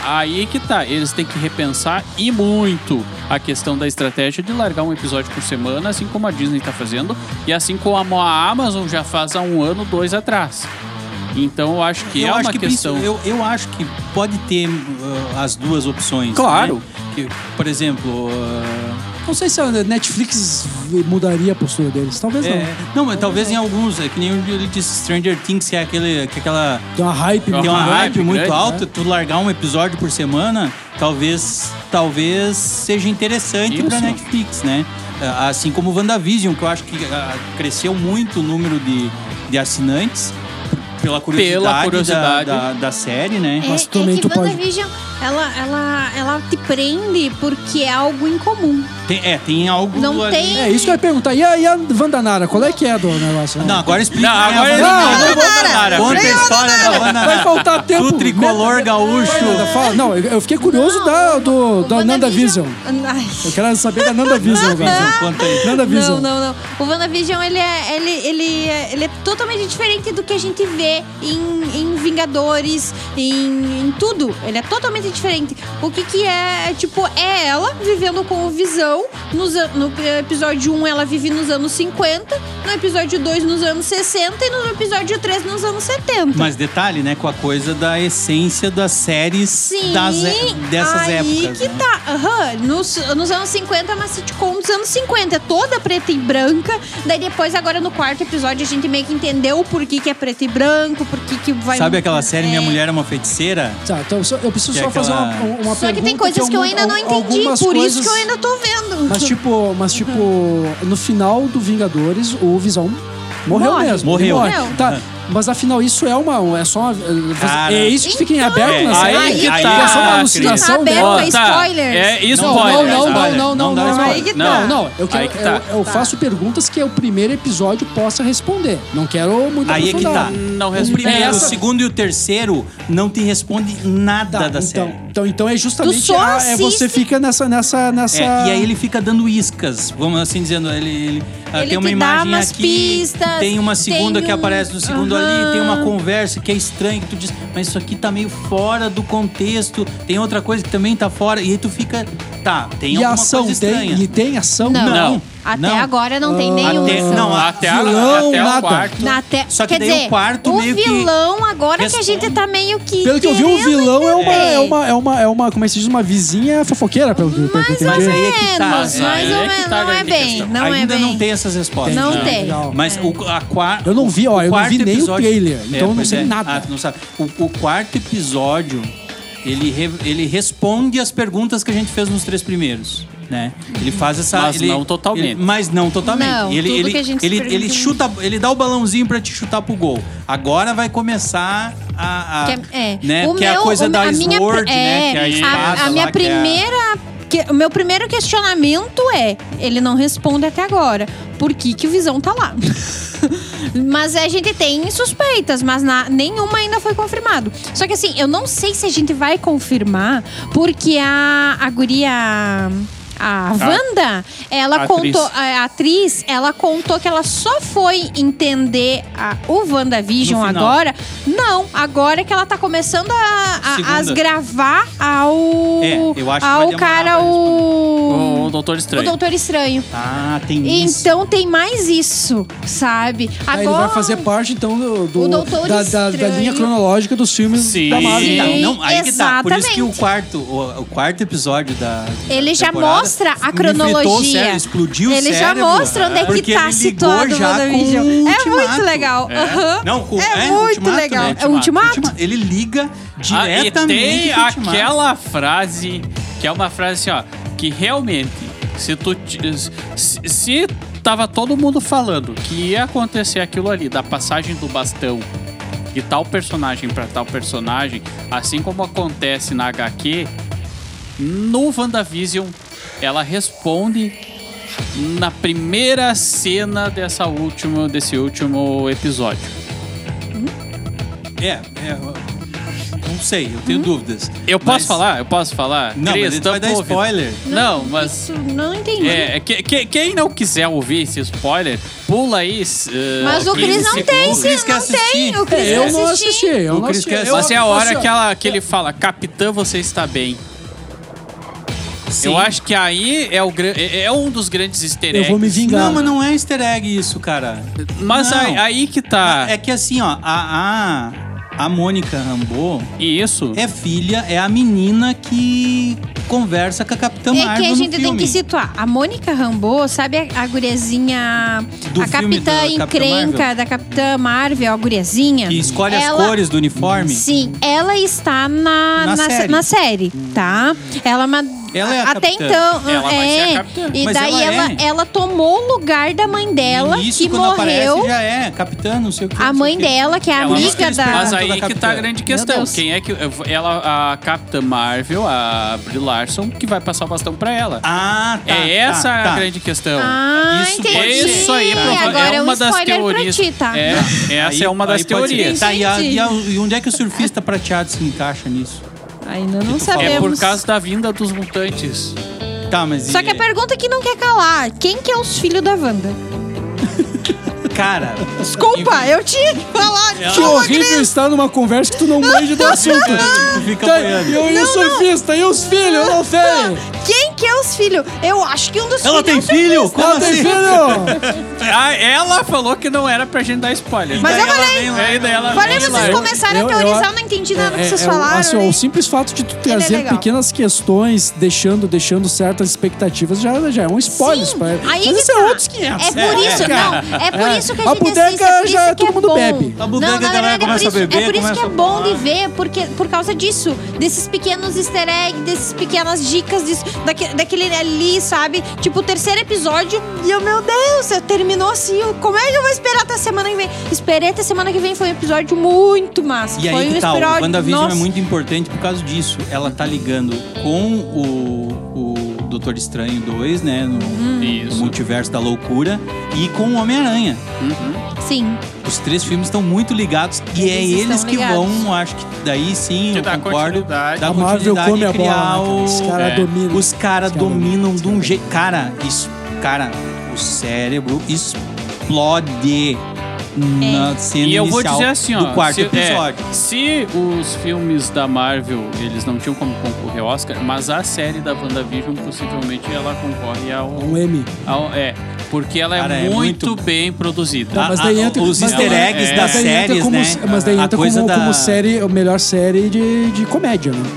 aí que tá. Eles têm que repensar e muito a questão da estratégia de largar um episódio por semana, assim como a Disney tá fazendo, e assim como a Amazon já faz há um ano, dois atrás. Então, eu acho que é uma questão.
princi- Eu, eu acho que pode ter uh, as duas opções.
Claro.
né? Que, por exemplo, uh,
Não sei se a Netflix mudaria a postura deles. Talvez
É, não, mas talvez em alguns, é que nem ele disse Stranger Things, que é aquele, que é aquela.
não. Tem uma hype. né?
Tem uma
É uma
hype
hype
muito
grande, né?
alta, tu largar um episódio por semana, talvez talvez seja interessante
Isso.
pra Netflix, né? Ah, Assim como o WandaVision, que eu acho que ah, cresceu muito o número de, de assinantes pela curiosidade, da-
curiosidade.
Da, da série, né?
Mas
é,
também
é que
tu pode-
WandaVision, ela, ela, ela te prende porque é algo incomum.
Tem, é, tem algo
Não
ali.
tem-
É isso que eu ia perguntar. E a, e a Vandanara, qual é que é do negócio?
Não, agora explica.
Não,
né,
agora
a
ele-
Wanda-
Não,
não vou Nara.
Conta a
Não,
história da Wanda.
Vai faltar tempo.
Do tricolor gaúcho.
Nada, fala. Não, eu eu fiquei curioso
Não,
da,
o-
do,
o
da Nanda Vision.
WandaVision- Ai.
Eu quero saber da Nanda Vision agora.
Conta aí.
Nanda Vision.
Não, não, não. O WandaVision, ele é, ele, ele, é- ele é totalmente diferente do que a gente vê em, em Vingadores, em, em tudo. Ele é totalmente diferente. O que que é, é, tipo, é ela vivendo com o Visão. Nos, an- no episódio 1, ela vive nos anos 50. No episódio 2, nos anos 60. E no episódio 3, nos anos 70.
Mas detalhe, né? Com a coisa da essência das séries
Sim,
das, é, dessas
aí
épocas.
que
né?
tá. Aham, nos, nos anos 50 é uma sitcom dos anos 50. É toda preta e branca. Daí depois, agora no quarto episódio, a gente meio que entendeu o porquê que é preto e branco, por que que vai...
Sabe aquela série
É.
Minha Mulher é uma Feiticeira?
Tá, então só- eu preciso
Que é
só fazer uma,
aquela-
uma pergunta.
Só que tem coisas que, eu ainda não
algum-
entendi,
algumas
por isso
coisas-
que eu ainda tô vendo.
Mas tipo, mas tipo, no final do Vingadores, o Visão morreu
Morre.
mesmo.
Morreu.
Ele morre.
Morreu.
Tá. Mas afinal, isso é uma. É só uma.
Cara.
é isso que fica em
Então,
aberto na série?
aí que
É
tá,
só uma
Cris.
alucinação
Tá aberto,
dela?
Ó,
é
spoilers.
É isso,
Não,
spoiler.
não, não,
spoiler.
não, não,
Não dá
não, não.
spoiler. Aí
que
Não,
tá.
não, eu, quero,
Aí que tá.
eu, eu faço perguntas que o primeiro episódio possa responder. Não quero muito
Aí é que tá.
aprofundar.
Não
O
responde.
primeiro,
Essa-
o segundo e o terceiro não te responde nada
Tá,
da
então,
série.
então, então é
Tu
justamente
só
a- é, você
assiste.
fica nessa nessa nessa
É, e aí ele fica dando iscas, vamos assim dizendo, ele, ele, ah,
Ele
tem uma
te dá
imagem
umas
aqui,
pistas,
tem uma segunda
tem
que
um-
aparece no segundo ali,
Aham.
tem uma conversa que é estranha, que tu diz, mas isso aqui tá meio fora do contexto, tem outra coisa que também tá fora, e aí tu fica, tá, tem
e a
alguma
ação
coisa
tem,
estranha.
ele tem ação?
Não.
Não.
Até
Não. Ah,
agora não tem nenhum. assim.
Até, não, até,
Até a-
vilão,
até
nada.
o quarto.
Na te-
Só que
Quer
daí
dizer,
o quarto
o
meio que
vilão agora que a
responde.
gente tá meio que
Pelo que eu vi, o
querendo
vilão é uma,
entender.
é uma, é uma, é uma, como é que se diz, uma vizinha fofoqueira, pelo que pelo que eu entendi.
Mas aí é que tá.
Menos,
Mas
mais
aí
ou
é que
menos,
tá a
não é
grande
bem,
questão.
não é
Ainda
bem.
não tem essas respostas.
Não
Entendi.
tem.
Legal.
Mas o, a quarta.
Eu não vi, ó, eu não vi nem o trailer, então eu não sei nada.
Ah, tu não sabe. O, o quarto episódio, ele, re- ele responde as perguntas que a gente fez nos três primeiros. Né? Ele faz essa.
Mas
ele-
não totalmente.
ele- mas não totalmente.
Não,
ele,
tudo
ele,
que a gente se
ele, ele
pergunta- é
chuta, ele dá o balãozinho pra te chutar pro gol. Agora vai começar a. a-
Que é, é.
Né?
O
que é a
meu-
coisa
o-
da
a minha,
Sword,
pri-
né? Que é a
é,
espada
a, a minha
lá, que é a-
primeira. que- o meu primeiro questionamento é: ele não responde até agora. Por que, que o Visão tá lá? mas a gente tem suspeitas, mas na- nenhuma ainda foi confirmado. Só que assim, eu não sei se a gente vai confirmar, porque a, a guria. A Wanda, ela
a atriz.
contou, a atriz, ela contou que ela só foi entender a, o WandaVision
No final.
agora agora? Não, agora que ela tá começando a, a,
Segunda.
a gravar ao.
É, eu acho que vai
ao
demorar pra
cara,
O
o.
Doutor
O
Estranho.
Doutor Estranho.
Ah, tem isso.
Então tem mais isso, sabe?
Ah,
Agora.
ele vai fazer parte, então, do, do-
O Doutor
da, da- da
Estranho.
linha cronológica dos filmes
Sim.
da Marvel.
Aí que tá,
Sim,
não, aí que tá. Por isso que o
exatamente.
quarto, o, o quarto episódio da.
Ele já
temporada
mostra a
enfrentou
cronologia.
o cérebro, explodiu o
Ele já
cérebro,
mostra onde é que
porque
tá
ele ligou
situado o
já
WandaVision.
com o
É
ultimato.
muito legal. Aham.
Não, com-
é,
é,
muito
ultimato,
legal.
né?
É o ultimato?
Ultimato. Ele liga
Ah, e
diretamente.
tem
pro ultimato.
aquela frase que é uma frase assim, ó, que realmente, se tu. ti- Se, se tava todo mundo falando que ia acontecer aquilo ali, da passagem do bastão de tal personagem pra tal personagem, assim como acontece na HQ, no WandaVision ela responde na primeira cena dessa última, desse último episódio.
É, é. Não sei, eu tenho dúvidas.
Hum? Eu posso
Mas-
falar? Eu posso falar?
Não,
Cris,
mas ele vai
tamo
dar
ouvindo.
spoiler.
Não, mas
Isso, não entendi.
É, que- que- quem não quiser ouvir esse spoiler, pula aí. s- eh,
Mas o Cris
15
não tem,
segundos.
O Cris
sim,
quer
não tem.
assistir.
O Cris
É, eu
quer
não
assistir.
assisti, eu
O
não
Chris
assisti.
quer-
Eu-
Mas é a hora
assim, ó,
que, ela- que ele fala, capitã, você está bem.
Sim.
Eu acho que aí é, o, gran- é é um dos grandes easter
Eu
eggs.
vou me vingar.
Não, mas não é easter egg isso, cara.
Mas
Não.
aí, aí que tá.
É que assim, ó, a, a, a Mônica Rambeau,
E isso?
é filha, é a menina que conversa com a Capitã Marvel
É que a
Então, no
gente tem
filme.
que situar. A Mônica Rambeau, sabe a, a guriazinha...
Do
a
filme
capitã
da Capitã
encrenca
Marvel?
da Capitã Marvel, a guriazinha.
Que escolhe
Ela-
as cores do uniforme.
Sim, ela está na,
Na
na, se-
série.
na série. tá? Ela é uma.
Ela é a
Até
capitã.
então.
Ela vai
é,
ser a capitã.
E
Mas
daí
ela
ela,
é.
ela tomou o lugar da mãe dela,
E isso,
que
quando aparece,
morreu.
já é. Capitã, não sei o que.
A
não sei
mãe
o quê.
dela, que é
Ela-
amiga
Mas-
da.
Mas
Ah,
aí
toda
que tá a
capitã.
grande
Meu
questão.
Deus.
Quem é que. Ela, a Capitã Marvel, a Brie Larson, que vai passar o bastão pra ela.
Ah, tá.
é
tá,
essa a
tá.
grande questão.
Ah,
Isso
entendi.
É isso aí, prova-
Agora
é
um
uma das
spoiler
teorias.
pra ti, tá?
É, essa
Aí-
é uma
aí
das
pode ser.
teorias.
Tá, e, a-
Entendi.
e a- e onde é que o surfista prateado se encaixa nisso?
Ainda não
tu falou?
sabemos.
É por causa da vinda dos mutantes.
Tá, mas.
Só
e-
que é a pergunta que não quer calar: quem que é os filhos da Wanda?
Cara,
Desculpa, eu tinha que falar.
Que horrível estar numa conversa que tu não manja do assunto.
é, tu fica
Tá, e,
apanhando.
o- e o surfista, e os filhos, não sei. Tá
Quem que é os filhos? Eu acho que um dos
Ela tem
filhos. é o
filho? Como
Ela tem
assim?
filho?
Ah, ela falou que não era pra gente dar spoiler.
Mas eu
Daí ela
falei.
vem lá.
Aí daí ela
Falei, um
vem
vocês
lá.
começaram
Eu-
a
eu
teorizar,
acho-
eu não entendi nada do que
É,
vocês
é, o-
falaram.
assim, ó,
né?
o simples fato de tu
é
trazer
legal.
pequenas questões, deixando, deixando certas expectativas, já, já é um spoiler.
Sim,
spoiler.
aí
Mas
que
isso é
tá.
outros 500.
É por isso, não, é por
É.
isso que a gente
A bodega
assiste, é por
já
isso que
todo
é
mundo
bom.
bebe.
A bodega,
não, na
a galera
verdade, é por
começa a
isso,
beber,
é por isso que
começa
é
a
bom de
falar.
ver, porque, por causa disso, desses pequenos easter eggs, dessas pequenas dicas, disso, daque- daquele ali, sabe? Tipo, o terceiro episódio, e eu, meu Deus, eu- terminou assim, eu- como é que eu vou esperar até semana que vem? Esperei até semana que vem, foi um episódio muito massa.
E
foi
aí
um
que tá, o
episódio-
WandaVision é
nossa.
muito importante por causa disso. Ela tá ligando com o, o Doutor Estranho 2, né? No,
Hum.
no
Isso.
multiverso da loucura. E com o Homem-Aranha.
Sim.
Os três filmes estão muito ligados. E é
Eles estão
eles que
ligados.
vão, acho que daí sim,
Que
eu
dá
concordo.
continuidade.
dá
A Marvel
continuidade
come
e
a bola.
criar
né, cara? Os
o-
caras
é.
dominam.
Os caras dominam de um jeito. Cara, isso. Cara, o cérebro
É.
explode na cena
E eu vou
inicial
dizer assim, ó.
do quarto
se, é,
episódio.
se os filmes da Marvel, eles não tinham como concorrer ao Oscar, mas a série da WandaVision, possivelmente, ela concorre ao...
Um M.
ao- é, porque ela é,
Cara, é
muito,
muito-
bem produzida.
Tá, mas daí
Ah,
entra-
os
mas
easter
daí-
eggs
é.
das
Mas daí entra
séries,
como,
né?
Mas daí
A
entra
coisa
como,
da-
como série, a melhor série de, de comédia, né?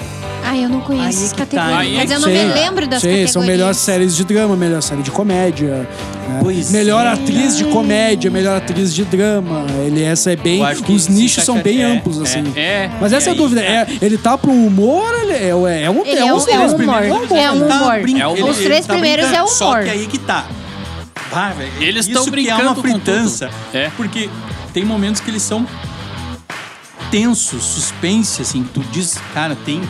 Ai, eu não conheço
Aí tá.
as
que tá.
categorias.
Aí
Quer dizer, eu não
Sim.
me lembro das
Sim,
categorias.
são melhores séries de drama, melhor série de comédia. né?
Pois
melhor
é,
atriz de comédia, melhor atriz de drama. Ele essa é bem.
Eu acho que
Os
se
nichos são bem
encaixaria-
amplos, assim.
É,
Mas essa é a
aí-
dúvida. É, ele tá pro humor, ele é, é, um
Ele
é
é
um-
um-
é
é um
um
humor.
humor.
É um
Ele tá
humor.
brin-
É um
ele-
humor.
Os três
ele tá
primeiros
brincando.
é o
Só
humor.
que aí que tá. Bah, velho,
Eles
isso
tão
que é
brincando
uma
com
fritança.
tudo. É.
Porque tem momentos que eles são tensos, suspense, assim, que tu diz, cara, tem,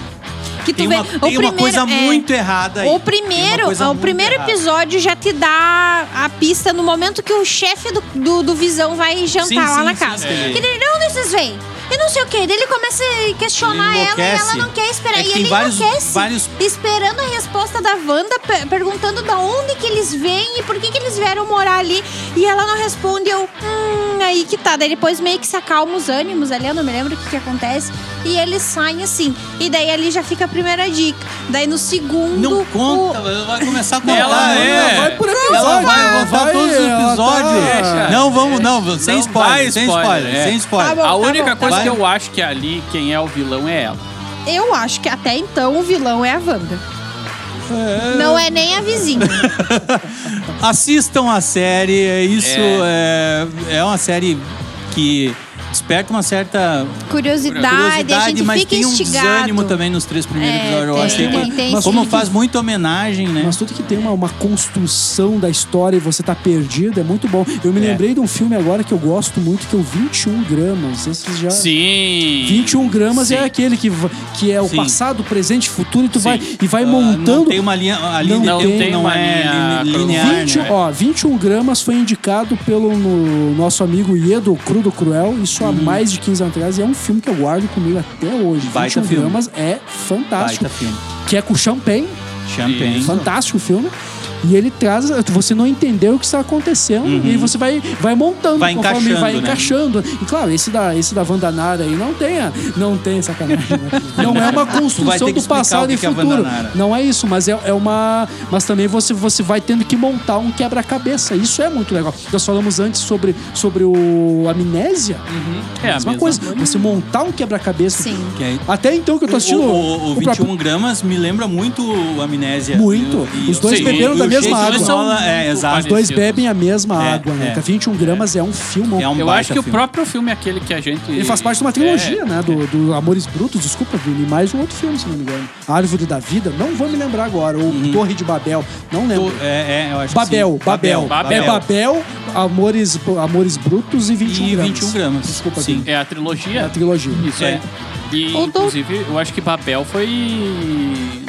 que tu
tem,
vê.
uma,
o
tem uma
primeiro-
coisa
é.
muito errada aí. Tem
O
uma
primeiro,
coisa
o
muito
primeiro
errada.
episódio já te dá a pista no momento que o chefe do, do, do Visão vai jantar
Sim,
lá
sim,
na
sim,
casa.
é.
Que ele, não, onde vocês vêm? E não sei o quê. Daí ele começa a questionar
Ele
ela e ela
enlouquece.
não quer esperar.
É que
e
tem
ele
vários-
enlouquece.
vários-
Esperando a resposta da Wanda, pe- perguntando da onde que eles vêm e por que que eles vieram morar ali. E ela não responde. Eu, hum, aí que tá. Daí depois meio que se acalma os ânimos ali. Eu não me lembro o que que acontece. E eles saem assim. E daí ali já fica a primeira dica. Daí no segundo...
Não
o-
conta, ela vai começar a contar. né?
Ela é.
Vai por episódio.
Ah, Ela vai, vai,
Vai,
todos os
ela
episódios.
tá-
Deixa.
Não, vamos, não, sem
Não
spoiler,
vai
sem
spoiler,
spoiler,
é.
sem spoiler.
Tá bom.
a única
tá
coisa
bom.
que eu acho que ali, quem é o vilão é ela.
Eu acho que até então o vilão é a Wanda. Não é nem a vizinha.
Assistam a série, é isso é. É, uma série que desperta uma certa
Curiosidade, a
curiosidade,
gente
mas
fica
tem um
instigado.
desânimo também nos três primeiros
É,
episódios. Eu
tem,
achei
tem,
que-
tem
mas
sim.
como faz muita homenagem, né?
Mas tudo que tem uma, uma construção da história e você tá perdido é muito bom. Eu me
É.
lembrei de um filme agora que eu gosto muito, que é o 21 gramas. Esses já.
Sim.
21 gramas
Sim.
é aquele que, va- que é o
Sim.
passado, presente, futuro, e tu
Sim.
vai, e vai
Ah,
montando.
Não tem uma linha, a linha
Não
de
tem.
tempo não
Uma
é
linha
line- linear, né?
20, ó, 21 gramas foi indicado pelo no- nosso amigo Iedo, Crudo Cruel, isso há mais de 15 anos atrás, e é um filme que eu guardo comigo até hoje.
Hum. Baita
21
filme.
gramas é fantástico.
Baita filme.
Que é com champanhe,
Champagne.
fantástico o filme. E ele traz. Você não entendeu o que está acontecendo. E aí você vai, vai montando
Uhum. Vai
conforme
encaixando,
vai
né?
encaixando. E claro, esse da, esse da Vandanara aí não tem, a- não tem sacanagem. né? Não é uma
vai ter
construção
que
do
explicar o
passado
que
e
que é a
futuro.
Vandanara.
Não é isso, mas é, é uma. Mas também você, você vai tendo que montar um quebra-cabeça. Isso é muito legal. Nós falamos antes sobre, sobre o amnésia.
É a
mesma
mesma
coisa. Você montar um quebra-cabeça.
Sim.
Que aí-
Até então que eu tô assistindo.
O, o, o
próprio-
21 gramas me lembra muito o Amnésia.
Muito.
E- e-
Os dois
sim,
beberam
e
da
o
mesma
jeito que
água.
eles falam- É, exato.
Os dois bebem a mesma
É,
água, né?
é.
cara? 21 gramas é um filme.
É um É.
Eu
baita
acho que o
filme.
próprio filme é aquele que a gente.
Ele faz parte de uma trilogia, né? Do, do Amores Brutos, desculpa, Vini. E mais de um outro filme, se não me engano. Árvore da Vida, não vou me lembrar agora. Ou Torre de Babel, não lembro.
É, é, eu acho que
Babel,
Uhum. sim.
Babel,
Babel.
É Babel, Amores, Amores Brutos e 21
E
gramas.
21 gramas.
Desculpa,
Sim.
Vini.
É a trilogia.
É a trilogia.
Isso
É.
aí. E,
O do-
inclusive, eu acho que Babel foi.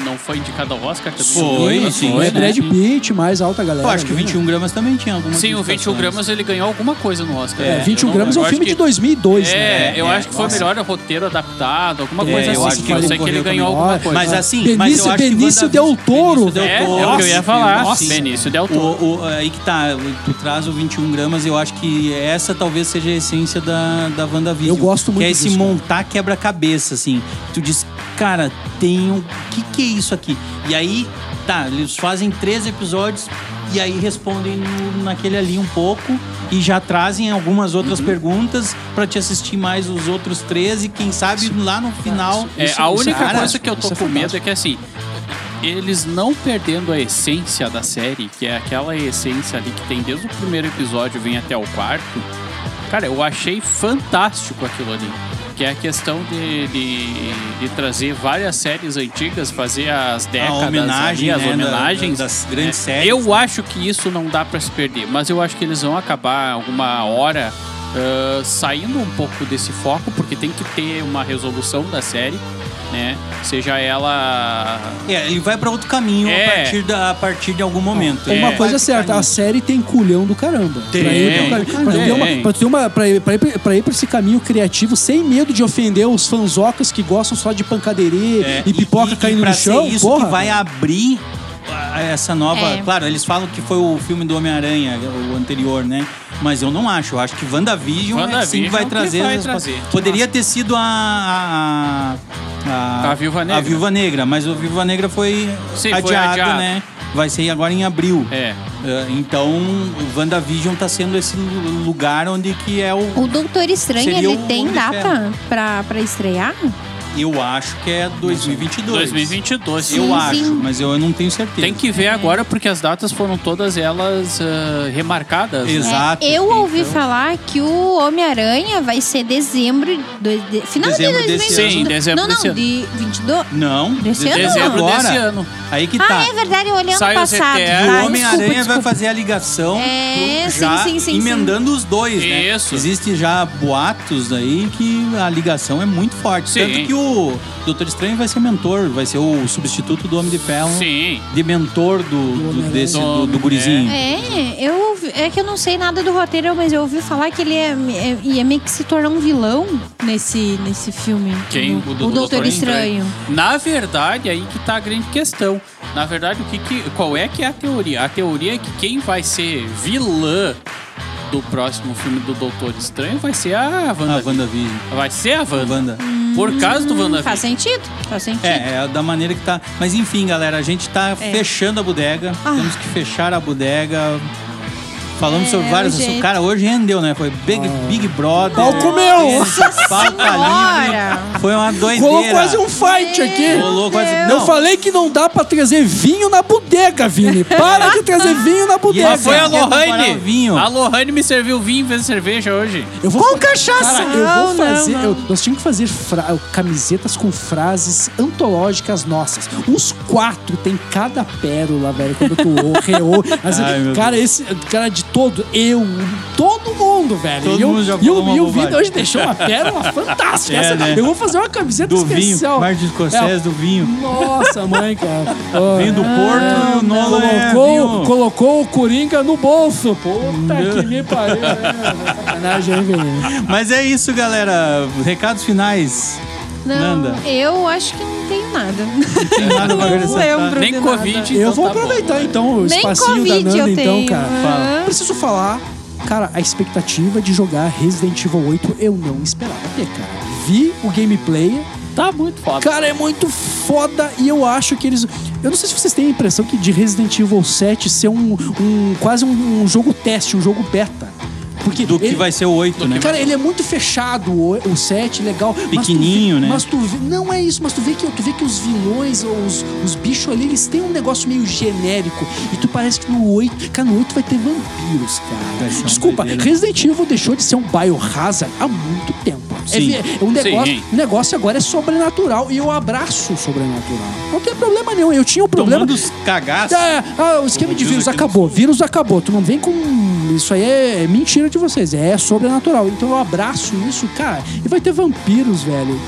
Não foi indicado ao Oscar também?
Foi,
Não
sim,
foi,
é
né?
Brad Pitt, mais alta galera.
Eu acho que
ali, né?
21 gramas também tinha alguma
Sim, o
indicação,
21
né?
gramas ele ganhou alguma coisa no Oscar.
É,
Eu
21
não
gramas é um
lembro.
filme
Eu
de
acho que-
2002, né?
É, eu
É,
acho que foi
nossa.
melhor o roteiro adaptado, alguma
É,
coisa
eu
assim.
acho que
eu
ele
sei que ele
concorreu
ganhou
também.
alguma
Ó,
coisa.
Mas assim, mas eu
Benício-
acho que
Benício
Wandavi-
Del Toro.
Benício Del
É,
Toro.
é o que eu ia falar.
Nossa.
Benício Del Toro.
O, o- aí que tá, tu traz o 21 gramas, eu acho que essa talvez seja a essência da, da WandaVision.
Eu gosto muito
Que é esse
disso, cara.
montar quebra-cabeça, assim. Tu diz, cara, tem um... que que é isso aqui? E aí, tá, eles fazem três episódios e aí respondem no- naquele ali um pouco e já trazem algumas
Uhum.
outras perguntas pra te assistir mais os outros três e quem sabe lá no final...
É,
Isso-
a única
cara,
coisa que eu tô
isso é
com medo
fantástico.
é que assim. Eles não perdendo a essência da série, que é aquela essência ali que tem desde o primeiro episódio, vem até o quarto. Cara, eu achei fantástico aquilo ali. Que é a questão de, de, de trazer várias séries antigas, fazer as décadas,
homenagem,
ali, as
né, da-
homenagens.
das grandes séries.
É, Eu acho que isso não dá pra se perder, mas eu acho que eles vão acabar alguma hora ah, saindo um pouco desse foco, porque tem que ter uma resolução da série, né? Seja ela.
É, ele vai pra outro caminho
É.
a, partir da, a partir de algum momento.
Uma
É.
coisa
Vai
é certa,
pro
a série tem culhão do caramba.
Tem,
pra ir, pra,
tem.
pra ter
Tem.
uma, pra, ter uma, pra, ir, pra, ir, pra- pra ir pra esse caminho criativo sem medo de ofender os fanzocas que gostam só de pancadeirinha
É,
e pipoca caindo
pra
no chão.
Ser isso
porra,
que vai abrir a- essa nova.
É.
Claro, eles falam que foi o filme do Homem-Aranha, o anterior, né? Mas eu não acho. Eu acho que WandaVision, é sim
WandaVision
que vai
que
trazer.
vai
essas coisas.
trazer.
Poderia ter sido a. a,
A Viúva Negra.
A Viúva Negra, mas a Viúva Negra foi,
Sim, foi
adiada,
adiado.
né? Vai ser agora em abril.
É.
Eh, Então, o WandaVision tá sendo esse lugar onde que é o,
O Doutor Estranho,
Seria
ele
o
tem
Homem de
data
Ferro.
pra, pra estrear?
Eu acho que é 2022.
2022.
Eu
Sim,
acho,
sim.
mas eu não tenho certeza.
Tem que ver agora, porque as datas foram todas elas ah, remarcadas. né?
Exato.
É, eu
então.
ouvi falar que o Homem-Aranha vai ser dezembro. Do, de, final
Dezembro
de
desse
2022.
ano.
Sim, dezembro
Não, não,
desse ano.
de 22.
Não,
Desse
de-
ano?
Dezembro
agora.
desse ano.
Aí que tá.
Ah, é verdade, eu olhei ano
Sai os
passado.
Eternos.
Tá,
O Homem-Aranha
desculpa,
vai
desculpa.
fazer a ligação
É,
pro-
sim,
já
sim, sim,
emendando os dois, né?
Isso.
Existe já boatos aí que a ligação é muito forte.
Sim.
Tanto que o Doutor Estranho vai ser mentor, vai ser o substituto do Homem de
é
Ferro.
um
Sim.
De mentor do, do- desse, do, do gurizinho.
É, eu ouvi- é que eu não sei nada do roteiro, mas eu ouvi falar que ele é, é- ia meio que se tornar um vilão nesse, nesse filme.
Quem?
O, o Doutor Estranho.
Na verdade, aí que tá a grande questão. Na verdade, o que, que qual é que é a teoria? A teoria é que quem vai ser vilã do próximo filme do Doutor Estranho vai ser a
A
Wanda.
WandaVision.
Vai ser a Wanda.
Wanda.
Por causa do Wanda.
Faz sentido, faz sentido.
É, é da maneira que tá. Mas enfim, galera, a gente tá fechando a bodega.
É. Ah. É,
Temos que fechar a bodega. Falamos sobre vários
o
assuntos.
jeito.
Cara, hoje rendeu, né? Foi Big, Big Brother.
Ah. Pau comeu!
Pauta
Senhora!
livre. né? Foi uma doideira.
Rolou quase um fight aqui.
Rolou quase-
Eu
Não.
falei que não dá pra trazer vinho na bodega, Vini. Para de trazer vinho
é
na bodega.
Mas foi
Quer
a
comparar o
Lohane.
vinho?
A Lohane me serviu vinho em vez de cerveja hoje.
Eu vou com cachaça! eu
não,
vou fazer.
não.
eu- nós tínhamos que fazer fra- camisetas com frases antológicas nossas. Uns quatro tem cada pérola, velho. Quando tu ou- reou. Mas,
Ai, meu
cara, esse. Cara, de todo. Eu. Todo mundo, velho.
Todo
e eu,
mundo já
e
falou uma
o, e o
bobagem.
Vitor hoje deixou uma pérola fantástica.
É,
Essa-
né?
Eu vou fazer uma camiseta
Do vinho.
especial.
Martin Scorsese
É,
do vinho.
Nossa, mãe, cara. Ó,
Vinho do Porto. Nolan é
colocou,
vinho.
colocou o Coringa no bolso. Puta que me pariu. né? Sacanagem, hein, velho.
Mas é isso, galera. Recados finais.
Não,
Nanda.
eu acho que não tenho nada.
Tem nada pra
Não
acrescentar.
lembro.
Nem
de
Covid.
nada.
então
eu vou
tá bom,
aproveitar
né?
então o
Nem
espacinho
Covid
da Nanda,
eu
então,
tenho.
cara.
Fala.
Preciso falar, cara, a expectativa de jogar Resident Evil 8 eu não esperava ter, cara. Vi o gameplay,
Tá muito foda.
cara, é muito foda e eu acho que eles. Eu não sei se vocês têm a impressão que de Resident Evil 7 ser um, um- quase um, um jogo teste, um jogo beta. Porque
Do que
ele-
vai ser o 8, né?
Cara, ele é muito fechado, o, o set, legal. mas tu
Pequenininho,
vê-
né?
Mas tu vê, não é isso, mas tu vê que, tu vê que os vilões, ou os, os bichos ali, eles têm um negócio meio genérico. E tu parece que no 8, cara, no 8 vai ter vampiros, cara.
Vai ser uma
Desculpa,
doideira.
Resident Evil deixou de ser um biohazard há muito tempo. É
Sim.
ver- É, um negócio,
Sim.
o negócio agora é sobrenatural e eu abraço o sobrenatural. Não tem problema nenhum, eu tinha um problema.
Tomando os cagaços.
Ah, ah, o esquema de
Deus,
vírus
aquilo-
acabou. Vírus acabou. Tu não vem com. Isso aí é, é mentira de vocês. É sobrenatural. Então eu abraço isso, cara. E vai ter vampiros, velho.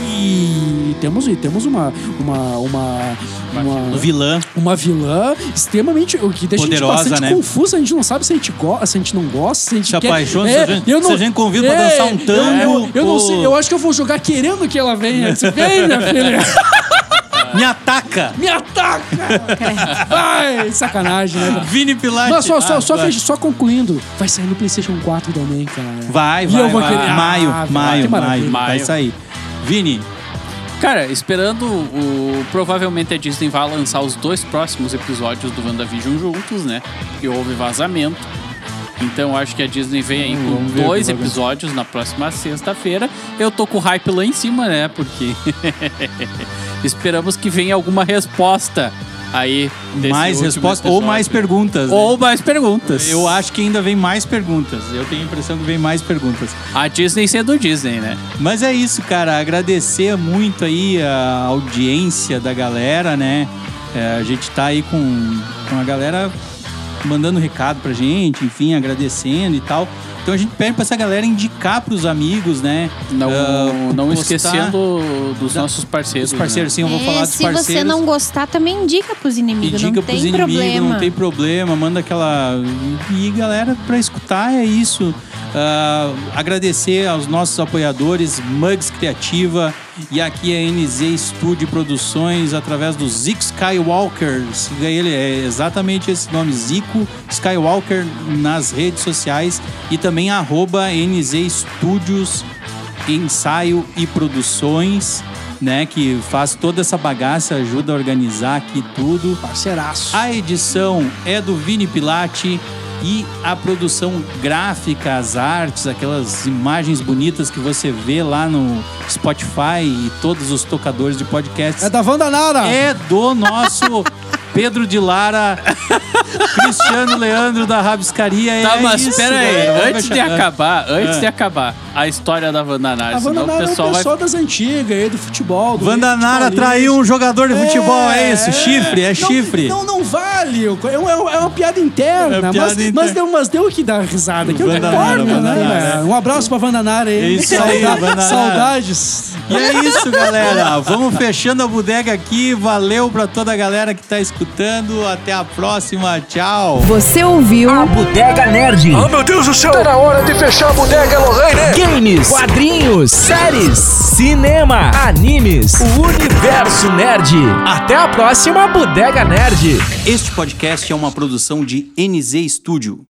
E temos, e temos uma. Uma. Uma.
O
uma
vilã.
uma vilã extremamente. O que deixa a
Poderosa,
gente bastante
né?
confusa. A gente não sabe se a gente gosta, se a gente não gosta, se a gente
Se
quer. É,
apaixona, se a gente-
eu É,
se a gente convida pra dançar um tango,
Eu, eu, eu
pô.
não sei. Eu acho que eu vou jogar querendo que ela venha. Se vem, minha filha.
Me ataca!
Me ataca! Ai, sacanagem, né?
Vini Pilar.
Mas só, só,
Ah,
só,
vai.
fech- só concluindo, vai sair no PlayStation 4 também, cara.
Vai,
E
vai,
eu vou
vai.
querer- Ah,
Maio,
vai,
maio,
que maravilha.
maio, Vai
Maio.
sair. Vini,
Cara, esperando o. Provavelmente a Disney vai lançar os dois próximos episódios do WandaVision juntos, né? E houve vazamento. Então acho que a Disney vem
Hum,
aí com
ver o que
dois
vai acontecer.
episódios na próxima sexta-feira. Eu tô com o hype lá em cima, né? Porque esperamos que venha alguma resposta aí. desse
mais
último
respostas ou
episódio.
mais perguntas. né?
Ou mais perguntas.
Eu acho que ainda vem mais perguntas. Eu tenho a impressão que vem mais perguntas.
A Disney sendo Disney, né?
Mas é isso, cara. Agradecer muito aí a audiência da galera, né? É, a gente tá aí com, com a galera mandando recado pra gente, enfim, agradecendo e tal. Então a gente pede pra essa galera indicar pros amigos, né?
Não,
Ah,
não
postar
esquecendo dos
da-
nossos parceiros.
Os parceiros, sim, eu vou
É,
falar dos
se
parceiros.
você não gostar, também indica pros inimigos.
Indica
não
pros
tem
inimigos,
problema.
não tem problema, manda aquela. E galera, pra escutar é isso. Ah, agradecer aos nossos apoiadores, Mugs Criativa e aqui a NZ Studio Produções, através do Zico Skywalker. Siga ele, é exatamente esse nome, Zico Skywalker, nas redes sociais e também arroba NZ Studios Ensaio e Produções, né? Que faz toda essa bagaça, ajuda a organizar aqui tudo.
Parceiraço.
A edição é do Vini Pilate e a produção gráfica, as artes, aquelas imagens bonitas que você vê lá no Spotify e todos os tocadores de podcasts
É da Wanda Nara.
é do nosso Pedro de Lara, Cristiano Leandro da Rabiscaria.
Tá,
é
mas
isso,
pera aí,
galera. Vamos
antes de
fechar.
acabar, antes
Ah.
de acabar a história da Vandanara,
a Wanda
senão o
Nara é o
pessoal vai.
pessoal das antigas, aí do futebol. Do
Vandanara traiu um jogador de futebol, é isso? Chifre, é
não,
chifre.
Não, não vale. É uma, é uma piada interna.
É uma
mas,
piada interna.
mas, deu, mas deu que dar risada. Que é o que
Wanda Nara,
importa,
Wanda
né,
Nara.
velho? Um abraço pra Wanda Nara aí.
É isso aí,
Sauda-
Wanda Nara.
Saudades.
E é isso, galera. Vamos fechando a bodega aqui. Valeu pra toda a galera que tá escutando. Até a próxima. Tchau.
Você ouviu?
A Bodega Nerd.
meu Deus do céu! Tá na hora de fechar a bodega, Lorraine!
Games, quadrinhos, séries, cinema, animes, o universo nerd. Até a próxima Bodega Nerd.
Este podcast é uma produção de NZ Studio.